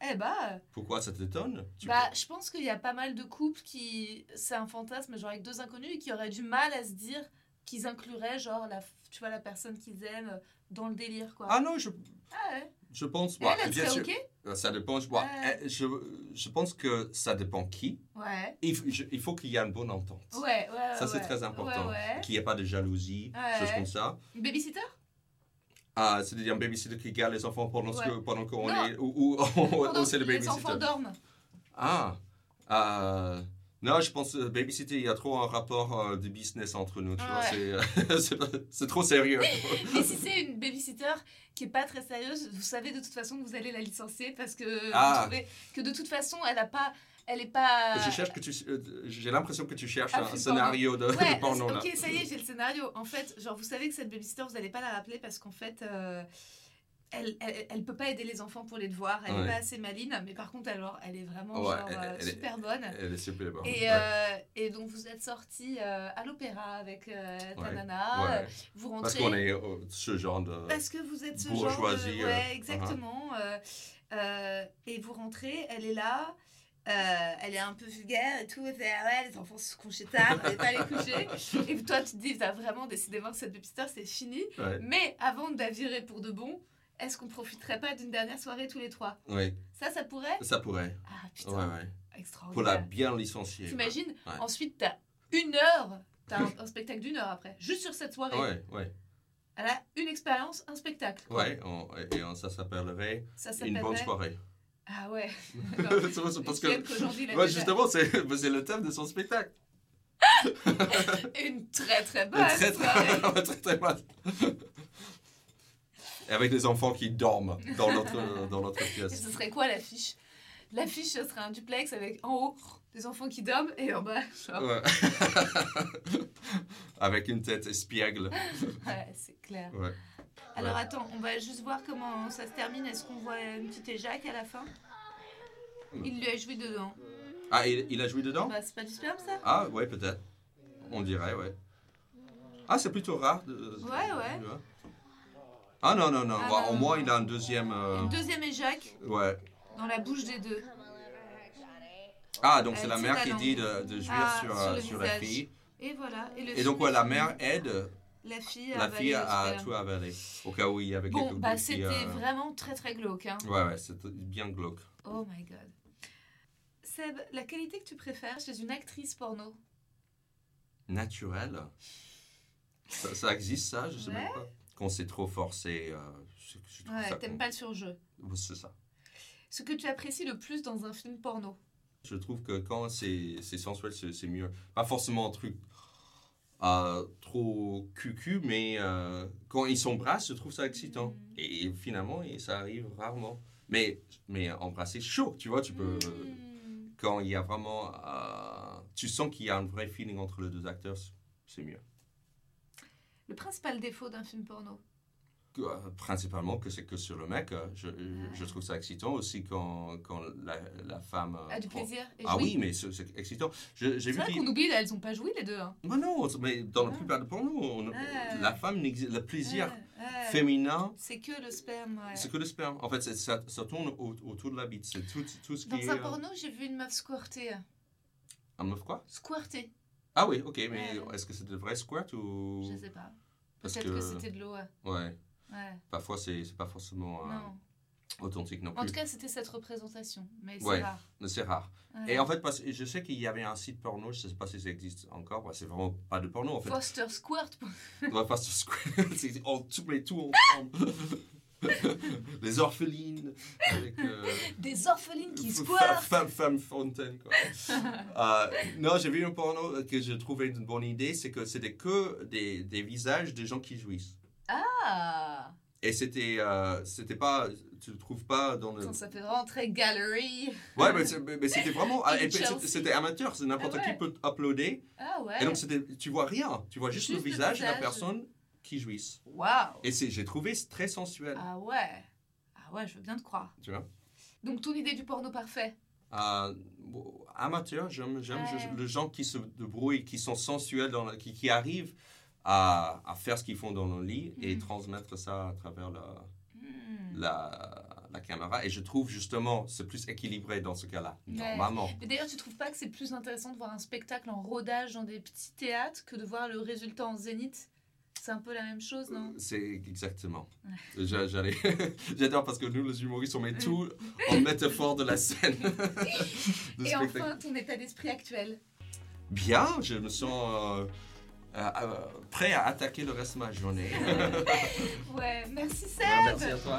S2: Putain Eh bah...
S3: Pourquoi ça t'étonne Tu-
S2: Bah, je pense qu'il y a pas mal de couples qui. C'est un fantasme, genre avec deux inconnus, et qui auraient du mal à se dire qu'ils incluraient, genre, la, tu vois, la personne qu'ils aiment dans le délire, quoi.
S3: Ah non, je,
S2: Ah ouais.
S3: je pense.
S2: Et
S3: ouais,
S2: elle, elle serait OK
S3: Euh, Ça dépend. Je, ouais,
S2: Ouais.
S3: euh, je, je pense que ça dépend qui.
S2: Ouais.
S3: Il, f- je- il faut qu'il y ait une bonne entente.
S2: Ouais, ouais, ouais.
S3: Ça, c'est
S2: ouais.
S3: très important.
S2: Ouais, ouais.
S3: Qu'il n'y ait pas de jalousie,
S2: Ouais.
S3: choses comme ça.
S2: Une babysitter
S3: Ah, C'est-à-dire un babysitter qui garde les enfants pendant, ce
S2: Ouais.
S3: que, pendant qu'on
S2: Non.
S3: est. Ou, ou-
S2: Pendant
S3: ou oh, c'est le
S2: que les enfants
S3: babysitter.
S2: dorment.
S3: Ah. euh, non, je pense que babysitter, il y a trop un rapport euh, de business entre nous. tu vois,
S2: Ouais. Euh.
S3: c'est, euh, c'est pas- c'est trop sérieux.
S2: Mais si c'est une babysitter qui est pas très sérieuse, vous savez de toute façon que vous allez la licencier parce que vous
S3: Ah.
S2: trouvez que de toute façon, elle a pas... Elle est pas...
S3: Je cherche que tu, euh, j'ai l'impression que tu cherches
S2: Ah,
S3: un
S2: film
S3: scénario de,
S2: Ouais,
S3: de porno. là.
S2: ok, ça y est, j'ai le scénario. En fait, genre, vous savez que cette babysitter, vous n'allez pas la rappeler parce qu'en fait, euh, elle, elle, elle peut pas aider les enfants pour les devoirs. Elle
S3: Ouais.
S2: est pas assez maline, mais par contre, alors, elle est vraiment
S3: Ouais,
S2: genre,
S3: elle-
S2: euh,
S3: elle est-
S2: super bonne.
S3: Elle est super bonne.
S2: Et,
S3: ouais.
S2: euh, et donc, vous êtes sorti à l'opéra avec euh, ta
S3: Ouais,
S2: nana.
S3: Ouais.
S2: euh, Vous rentrez.
S3: Parce qu'on est euh, ce genre de.
S2: Parce que vous êtes ce genre
S3: Bourgeoisie,
S2: de...
S3: euh,
S2: Ouais, exactement. euh, euh, et vous rentrez, elle est là, euh, elle est un peu vulgaire et tout. Elle fait, ah ouais, les enfants se couchent tard, elle n'est pas les coucher. Et toi, tu te dis, t'as vraiment décidément que cette babysitter, c'est fini.
S3: Ouais.
S2: Mais avant de la virer pour de bon, est-ce qu'on profiterait pas d'une dernière soirée tous les trois
S3: Oui,
S2: Ça, ça pourrait
S3: ça pourrait.
S2: Ah
S3: Ouais,
S2: putain,
S3: ouais. Pour la
S2: extraordinaire.
S3: bien licencier.
S2: T'imagines
S3: Ouais.
S2: Ensuite, t'as une heure, t'as un, un spectacle d'une heure après, juste sur cette soirée.
S3: Ouais, ouais,
S2: Elle a une expérience, un spectacle. quoi.
S3: ouais. on- et on- ça s'appellerait
S2: Ça
S3: une bonne
S2: s'appellerait-
S3: soirée.
S2: Ah ouais. D'accord.
S3: C'est vrai, c'est parce
S2: Peut-être
S3: que.
S2: qu'aujourd'hui, il a
S3: Ouais,
S2: déjà
S3: justement, c'est c'est le thème de son spectacle.
S2: Une très très bonne.
S3: très,
S2: soirée.
S3: très, très, très mal. Et avec des enfants qui dorment dans notre, dans notre
S2: Et
S3: pièce.
S2: ce serait quoi l'affiche L'affiche, ce serait un duplex avec en haut des enfants qui dorment et en bas, genre. Ouais,
S3: Ouais. avec une tête espiègle.
S2: c'est clair.
S3: Ouais.
S2: Alors attends, on va juste voir comment ça se termine. Est-ce qu'on voit une petite éjac à la fin Il lui a joué dedans.
S3: Ah, il, il a joué dedans
S2: Bah, c'est pas du sperme ça
S3: Ah, ouais, peut-être. On dirait, ouais. Ah, c'est plutôt rare. de-
S2: Ouais, ouais.
S3: tu vois. Ah, non, non, non.
S2: Ah,
S3: Ouais,
S2: non,
S3: au
S2: non,
S3: moins,
S2: non.
S3: il a un deuxième. euh,
S2: Une deuxième éjac
S3: Ouais.
S2: dans la bouche des deux.
S3: Ah, donc c'est
S2: Elle
S3: la
S2: tire
S3: mère
S2: la
S3: qui
S2: langue.
S3: dit de, de jouir
S2: Ah,
S3: sur,
S2: sur
S3: euh,
S2: le
S3: sur la
S2: visage.
S3: fille.
S2: Et voilà. Et, le
S3: Et donc,
S2: film
S3: ouais, la
S2: finit.
S3: mère aide
S2: La fille
S3: la fille à
S2: tout
S3: tout avaler. Au cas où il y avait quelque
S2: Bon,
S3: chose
S2: bah c'était vraiment très très glauque. Hein.
S3: euh, Ouais, ouais, c'était bien glauque.
S2: Oh my god. Seb, la qualité que tu préfères chez une actrice porno
S3: Naturel. Ça, ça existe, ça Je sais
S2: Ouais.
S3: même pas. Quand c'est trop forcé, euh, je, je trouve ça
S2: Ouais,
S3: con.
S2: t'aimes pas le surjeu.
S3: Ouais, C'est ça.
S2: Ce que tu apprécies le plus dans un film porno
S3: Je trouve que quand c'est c'est sensuel, c'est c'est mieux. Pas forcément un truc euh, trop cucu, mais euh, quand ils s'embrassent, je trouve ça excitant.
S2: Mhm.
S3: Et finalement, et ça arrive rarement. Mais, mais embrasser chaud, tu vois, tu peux.
S2: Hmm.
S3: Quand il y a vraiment. euh, tu sens qu'il y a un vrai feeling entre les deux acteurs, c'est mieux.
S2: Le principal défaut d'un film porno
S3: Que- euh, Principalement que c'est que sur le mec, euh, je,
S2: Ah.
S3: je trouve ça excitant aussi quand, quand la, la femme. euh,
S2: A du
S3: prend-
S2: plaisir et
S3: Ah
S2: jouit.
S3: oui, mais c'est c'est excitant. Je- J'ai
S2: C'est
S3: vu
S2: vrai
S3: qu'il-
S2: qu'on oublie, là, elles ont pas joué les deux. Hein.
S3: Mais non, mais dans la
S2: Ah.
S3: plupart des pornos, on-
S2: Ah.
S3: la femme n'existe, le plaisir
S2: Ouais, ouais.
S3: féminin,
S2: C'est que le sperme. ouais.
S3: c'est que le sperme. En fait, c'est- ça, ça tourne au- autour de la bite. C'est tout, tout ce qui
S2: Dans
S3: est.
S2: un
S3: euh,
S2: porno, j'ai vu une meuf squirter.
S3: Un meuf quoi
S2: Squirter,
S3: Ah oui, ok, mais
S2: Ouais.
S3: est-ce que c'est de vrai squirt ou.
S2: je sais pas.
S3: Parce
S2: Peut-être que, c'était de l'eau. Ouais.
S3: Ouais,
S2: Ouais,
S3: parfois c'est, c'est pas forcément euh,
S2: non.
S3: authentique non
S2: En tout
S3: plus.
S2: cas, c'était cette représentation. Mais c'est
S3: Ouais.
S2: rare.
S3: Mais c'est rare.
S2: Ouais.
S3: Et en fait, parce que je sais qu'il y avait un site porno, je sais pas si ça existe encore, bah, c'est vraiment pas de porno en fait.
S2: Foster Squirt.
S3: On va faire ce squirt, c'est on tout les tout ensemble. Les orphelines avec. euh,
S2: Des orphelines qui
S3: F-
S2: squirtent.
S3: Femme, femme fontaine, quoi. Euh, non, j'ai vu un porno euh, que j'ai trouvé une bonne idée, c'est que c'était que des, des visages des gens qui jouissent.
S2: Ah
S3: Et c'était, euh, c'était pas, tu le trouves pas dans le.
S2: Putain, ça fait vraiment très gallery.
S3: Ouais, mais, c'est- mais- mais c'était vraiment. ah,
S2: Et
S3: et puis
S2: Chelsea.
S3: c'était- c'était amateur, c'est n'importe
S2: Ah ouais.
S3: qui peut uploader.
S2: Ah ouais.
S3: Et donc c'était, tu vois rien, tu vois juste,
S2: Juste
S3: le
S2: le
S3: visage de la
S2: visage.
S3: personne qui jouisse.
S2: Waouh.
S3: Et c'est, j'ai trouvé c'est très sensuel,
S2: Ah ouais. Ah ouais, je veux bien te croire.
S3: tu vois.
S2: Donc ton idée du porno parfait.
S3: Euh, bon, amateur, j'aime, j'aime
S2: Ouais.
S3: je- les gens qui se débrouillent, qui sont sensuels, dans la- qui, qui arrivent à, à faire ce qu'ils font dans leur lit et
S2: Mhm.
S3: transmettre ça à travers la,
S2: Hmm.
S3: la, la caméra. Et je trouve justement, c'est plus équilibré dans ce cas-là,
S2: Ouais.
S3: normalement.
S2: Mais d'ailleurs, tu trouves pas que c'est plus intéressant de voir un spectacle en rodage dans des petits théâtres que de voir le résultat en zénith C'est un peu la même chose, non
S3: C'est exactement. J'a- J'allais, j'adore parce que nous, les humoristes, on met tout en métaphore de la scène. de
S2: Et
S3: spectacle.
S2: enfin, ton état d'esprit actuel.
S3: Bien, je me sens euh, euh, euh, prêt à attaquer le reste de ma journée.
S2: Ouais, merci Seb
S3: Merci à toi.